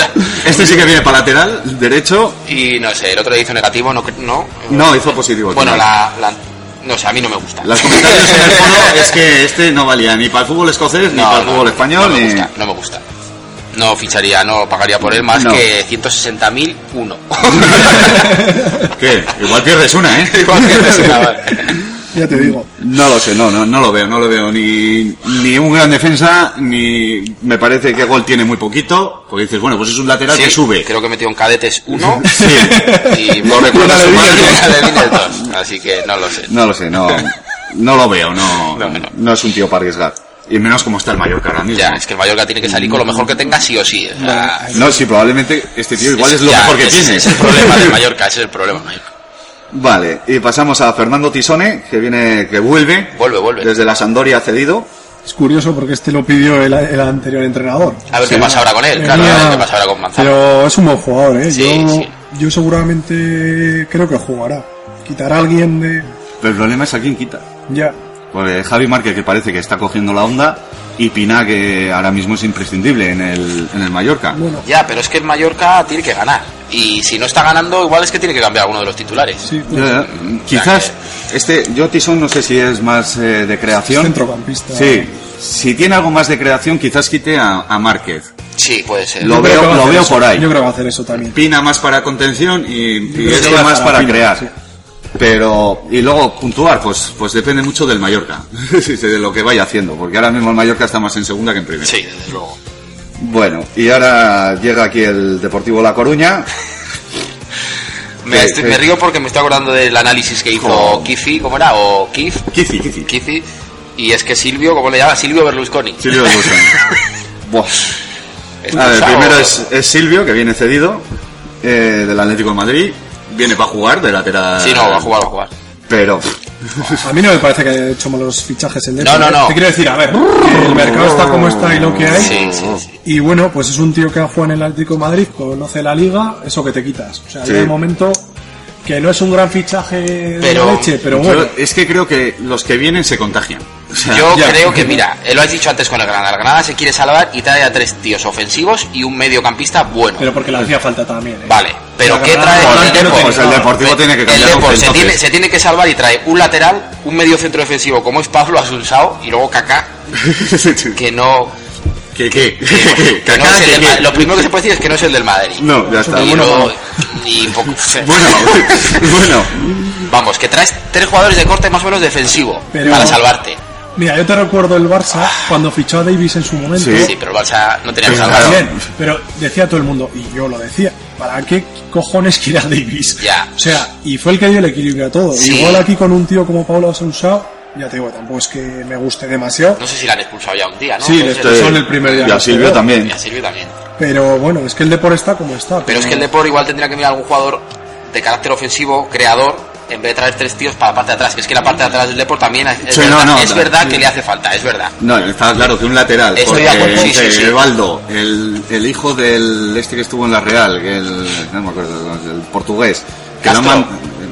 S3: Este sí que viene para lateral, derecho.
S6: y no sé, el otro día hizo negativo, no. cre- no,
S3: No, hizo positivo. al
S6: Bueno,
S3: final.
S6: la, la- No sé, a mí no me gusta.
S3: Los comentarios en el foro es que este no valía ni para el fútbol escocés, ni
S6: No,
S3: para el
S6: no,
S3: fútbol español,
S6: no me
S3: ni...
S6: gusta, no me gusta. No ficharía, no pagaría por él más
S3: No.
S6: que 160.000 uno.
S3: ¿Qué? Igual pierdes una, ¿eh?
S6: Igual pierdes una, vale.
S5: ya te digo.
S3: No lo sé, no, no, no lo veo, no lo veo. Ni, ni un gran defensa, ni me parece que gol tiene muy poquito, porque dices, bueno, pues es un lateral que sube.
S6: Creo que metió en cadetes uno
S3: Sí.
S6: y no recuerdo
S3: Una de
S6: su
S3: Villa
S6: madre,
S3: y dos.
S6: una de Villa y dos. Así que no lo sé.
S3: No lo sé, no, no lo veo, no,
S6: No,
S3: no,
S6: no.
S3: es un tío para arriesgar. Y menos como está el Mallorca ahora mismo.
S6: Ya, es que el Mallorca tiene que salir con lo mejor que tenga sí o sí. O sea,
S3: No, sí, probablemente este tío igual es, lo
S6: ya,
S3: mejor que
S6: ese
S3: tiene.
S6: Es el problema del Mallorca, ese es el problema. del Mallorca.
S3: Vale, y pasamos a Fernando Tisone, que viene, que vuelve.
S6: Vuelve, vuelve.
S3: Desde la Sandoria cedido.
S5: Es curioso porque este lo pidió el, el anterior entrenador.
S6: A ver qué pasa ahora con él, claro, a ver qué pasa ahora con Manzano.
S5: Pero es un buen jugador, ¿eh?
S6: Sí,
S5: yo,
S6: sí.
S5: yo seguramente creo que jugará. Quitará a alguien de...
S3: Pero el problema es a quién quita.
S5: Ya.
S3: Porque Pues, eh, Javi Márquez, que parece que está cogiendo la onda, y Pina, que ahora mismo es imprescindible en el, en el Mallorca.
S5: Bueno,
S6: Ya, pero es que el Mallorca tiene que ganar. Y si no está ganando, igual es que tiene que cambiar alguno de los titulares.
S5: sí, pues,
S3: Ya, ya. Eh, Quizás este, yo Tison no sé si es más eh, de creación.
S5: Centrocampista.
S3: Sí. Si tiene algo más de creación, quizás quite a, a Márquez.
S6: Sí, puede ser.
S3: Lo
S5: yo creo
S3: veo,
S5: que va a
S3: lo
S5: hacer
S3: veo
S5: eso.
S3: por ahí.
S5: Yo creo que va a hacer eso también.
S3: Pina más para contención y,
S5: creo
S3: y
S5: que
S3: este
S5: va
S3: más
S5: para
S3: para
S5: Pina,
S3: crear.
S5: sí.
S3: Pero, y luego puntuar, pues, pues depende mucho del Mallorca, de lo que vaya haciendo, porque ahora mismo el Mallorca está más en segunda que en primera.
S6: Sí, desde luego.
S3: Bueno, y ahora llega aquí el Deportivo La Coruña.
S6: Me,
S3: Sí,
S6: estoy-
S3: sí.
S6: me río porque me estoy acordando del análisis que hizo
S3: Joder.
S6: Kifi, ¿cómo era? O Kif,
S3: Kizi, Kizi.
S6: Kifi. Y es que Silvio, ¿cómo le llama? Silvio Berlusconi.
S3: Silvio de Guzmán. Buah. A ver,
S6: Expulsado.
S3: primero es, es Silvio, que viene cedido eh, del Atlético de Madrid. Viene para jugar de lateral.
S6: Sí, no, va a jugar, va a jugar.
S3: Pero
S5: A mí no me parece que haya hecho malos fichajes el este, ¿eh?
S6: No, no, no.
S5: Te quiero decir, a ver, que el mercado está como está y lo que
S3: ¿Eh?
S5: hay.
S6: Sí, sí, sí.
S5: Y bueno, pues es un tío que ha jugado en el Atlético de Madrid, conoce la liga, eso que te quitas. O sea,
S3: Sí.
S5: ya de momento que no es un gran fichaje
S6: Pero-
S5: de leche, pero
S3: yo-
S5: bueno.
S3: es que creo que los que vienen se contagian. O sea,
S6: Yo
S5: ya.
S6: creo que, mira, eh, lo has dicho antes con el Granada. El Granada se quiere salvar y trae a tres tíos ofensivos y un mediocampista bueno.
S5: Pero porque le hacía falta también. ¿eh?
S6: Vale, pero
S5: La
S6: ¿qué
S5: Granada
S6: trae el
S5: volante no
S6: Depor?
S5: tiene
S3: Pues el
S5: nada.
S3: Deportivo tiene que
S6: El
S3: cambiar.
S6: Depor se
S3: entonces.
S6: tiene, se tiene que salvar y trae un lateral, un medio centro defensivo como es Pablo Asunsao y luego Kaká, que no...
S3: ¿Qué, qué?
S6: que
S3: ¿Qué, qué?
S6: no es el
S3: ¿Qué,
S6: del
S3: qué?
S6: Ma- Lo primero que se puede decir es que no es el del Madrid.
S3: No, ya está.
S6: Y
S3: Bueno,
S6: luego-
S3: bueno,
S6: y poco-
S3: bueno.
S6: Vamos, que traes tres jugadores de corte más o menos defensivo
S5: Pero-
S6: para salvarte.
S5: Mira, yo te recuerdo el Barça cuando fichó a Davis en su momento.
S3: Sí.
S6: Ah. Sí, pero el Barça no tenía que
S3: Pero
S6: salvarlo.
S5: También, ¿Eh? pero decía todo el mundo, y yo lo decía, ¿para qué cojones quiere a Davis?
S6: Ya.
S5: O sea, y fue el que dio el equilibrio a todo.
S6: Sí.
S5: Igual aquí con un tío como Pablo Asensao, ya te digo, tampoco es que me guste demasiado,
S6: No sé si la han expulsado ya un día, ¿no? pues
S5: Sí,
S6: Puede
S5: le
S6: ser.
S5: Pero expulsaron son el primer día
S3: Y a
S5: que
S3: Silvio
S5: llegó.
S3: también.
S6: Y a Silvio también.
S5: pero bueno, es que el Depor está como está.
S6: Pero es que el Depor igual tendría que mirar a algún jugador de carácter ofensivo, creador, en vez de traer tres tíos para la parte de atrás. Que es que la parte de atrás del Depor también es, es
S3: Sí,
S6: verdad,
S3: no, no,
S6: es
S3: no,
S6: verdad
S3: sí.
S6: que le hace falta, es verdad.
S3: No, está claro que un lateral.
S6: Estoy de acuerdo, pues, sí, sí,
S3: eh,
S6: sí.
S3: Evaldo, el, el hijo del este que estuvo en la Real, que el, no me acuerdo, el portugués. Que lo
S6: Castro.
S3: man-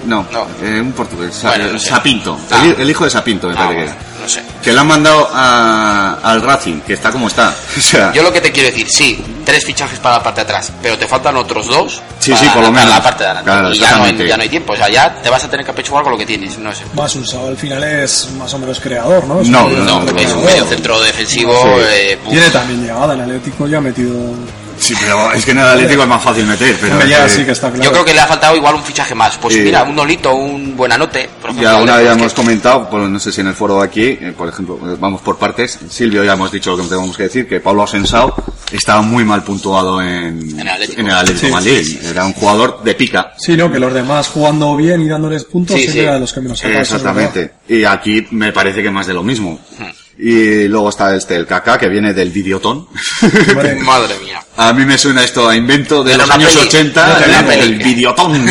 S3: no,
S6: No.
S3: eh, un portugués, Sa-
S6: Bueno, no sé.
S3: Sapinto.
S6: Ah.
S3: El, el hijo de Sapinto, me
S6: Ah,
S3: parece que
S6: bueno,
S3: era.
S6: no sé.
S3: Que lo han mandado a- al Racing, que está como está. O sea,
S6: Yo lo que te quiero decir, sí, tres fichajes para la parte de atrás, pero te faltan otros dos
S3: Sí,
S6: para,
S3: sí, por lo
S6: para
S3: menos.
S6: la parte de adelante.
S3: Claro,
S6: y ya no, hay,
S3: exactamente.
S6: ya no hay tiempo, o sea, ya te vas a tener que apechugar con lo que tienes, no sé.
S5: Más usado al final es más o menos creador, ¿no? Es
S3: No,
S5: un-
S6: No,
S3: no,
S6: porque es un
S3: no.
S6: medio centro defensivo. eh, puf.
S5: Tiene también llegada, el Atlético ya ha metido...
S3: sí, pero es que en el Atlético es más fácil meter. Pero
S5: Hombre, ya
S3: eh,
S5: sí que está claro.
S6: Yo creo que le ha faltado igual un fichaje más. Pues
S3: Sí.
S6: mira, un Nolito, un Buenanote. Por ejemplo,
S3: Ya
S6: al
S3: una
S6: Depor,
S3: vez ya
S6: que-
S3: hemos comentado, por- no sé si en el foro aquí, eh, por ejemplo, eh, vamos por partes. Silvio ya hemos dicho lo que tenemos que decir, que Pablo Asensao estaba muy mal puntuado en,
S6: En el Atlético.
S3: en el Atlético de
S5: Sí,
S3: Madrid. Era un jugador de pica.
S5: Sí, ¿no? Que los demás jugando bien y dándoles puntos
S6: Sí,
S5: siempre
S6: sí.
S5: eran los que menos sacaban, eso es verdad.
S3: Exactamente. Y aquí me parece que más de lo mismo.
S6: Hmm.
S3: Y luego está este, el Kaká, que viene del Videotón.
S5: Hombre,
S6: Madre mía.
S3: A mí me suena esto a invento de
S6: Era
S3: los
S6: una
S3: años
S6: peli.
S3: 80,
S6: Era
S3: el,
S6: una
S3: el
S6: peli.
S3: Videotón.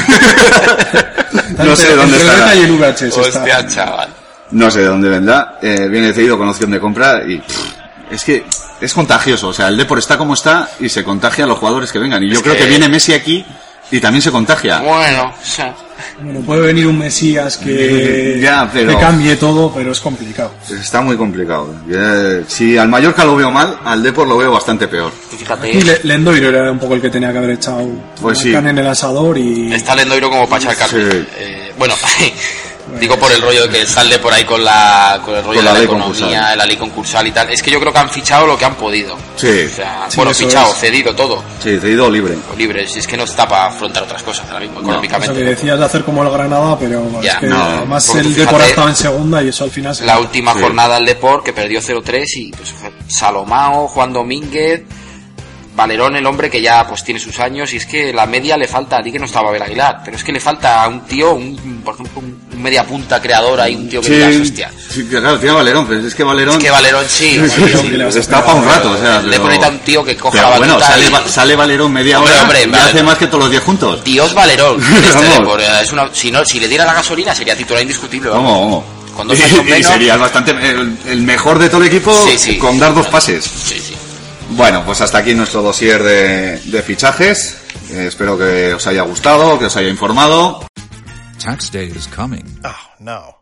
S3: no sé
S5: entre-
S3: dónde
S5: entre el
S3: estará.
S5: beta y el VHS está.
S6: Hostia, chaval.
S3: No sé de dónde vendrá, eh, viene decidido con opción de compra y pff, es que es contagioso, o sea, el Depor está como está y se contagia a los jugadores que vengan. Y yo
S6: Es
S3: creo que...
S6: que-
S3: viene Messi aquí y también se contagia.
S6: Bueno, o sea,
S5: Bueno, puede venir un Mesías que,
S3: Ya, pero-
S5: que cambie todo, pero es complicado.
S3: Está muy complicado. Eh, si al Mallorca lo veo mal, al Depor lo veo bastante peor.
S6: tú
S5: Y
S6: fíjate.
S5: Le- Lendoiro era un poco el que tenía que haber echado
S3: Pues
S5: la
S3: sí.
S5: carne en el asador y
S6: Está Lendoiro como para echar carne.
S3: Sí.
S6: Eh, bueno, Digo por el rollo de que sale por ahí con la con el
S3: Con
S6: rollo
S3: la
S6: de la
S3: ley
S6: economía,
S3: concursal.
S6: la ley concursal y tal. Es que yo creo que han fichado lo que han podido.
S3: Sí.
S6: O sea,
S5: Sí,
S6: bueno,
S5: eso
S6: fichado,
S5: es.
S6: cedido todo,
S3: Sí, cedido libre.
S6: o libre. Si es que no está para afrontar otras cosas ahora mismo,
S5: O sea, que
S6: económicamente.
S5: decías de hacer como el Granada, pero bueno,
S6: Ya,
S5: es que
S3: no,
S5: además
S6: porque
S5: el
S6: fíjate,
S5: Deportivo estaba en segunda y eso al final se
S6: la última
S3: Sí.
S6: jornada del Deport que perdió 0-3 y pues Salomao, Juan Domínguez, Valerón el hombre que ya pues tiene sus años y es que la media le falta, a ti que no estaba Abel Aguilar, pero es que le falta a un tío, un, por ejemplo, un un media punta creador ahí, un tío que digas, hostia.
S3: sí, claro, tiene Valerón, pero es que Valerón.
S6: Es que Valerón sí, Valerón,
S5: sí,
S3: se está para un rato, o sea.
S6: Le
S3: pero-
S6: pone a un tío que coja
S3: pero
S6: la
S3: bueno,
S6: batuta
S3: sale,
S6: y-
S3: Va- sale Valerón media
S6: Hombre,
S3: hora
S6: hombre,
S3: y
S6: Valerón.
S3: hace más que todos los 10 juntos.
S6: Dios Valerón, este
S3: Vamos.
S6: Depor, eh, es una- si, no, si le diera la gasolina sería titular indiscutible. vamos.
S3: Vamos, vamos.
S6: Con dos años
S3: Y- y
S6: menos.
S3: sería bastante el, el mejor de todo el equipo
S6: Sí, sí.
S3: con dar dos pases.
S6: Sí, sí.
S3: Bueno, pues hasta aquí nuestro dossier de, de fichajes. Eh, espero que os haya gustado, que os haya informado.
S8: Tax day is coming. Oh, no.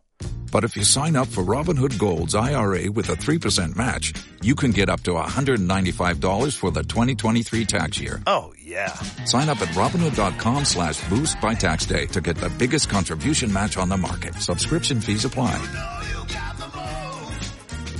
S8: But if you sign up for Robinhood Gold's IRA with a 3% match, you can get up to $195 for the 2023 tax year. Oh, yeah. Sign up at Robinhood.com slash boost by tax day to get the biggest contribution match on the market. Subscription fees apply.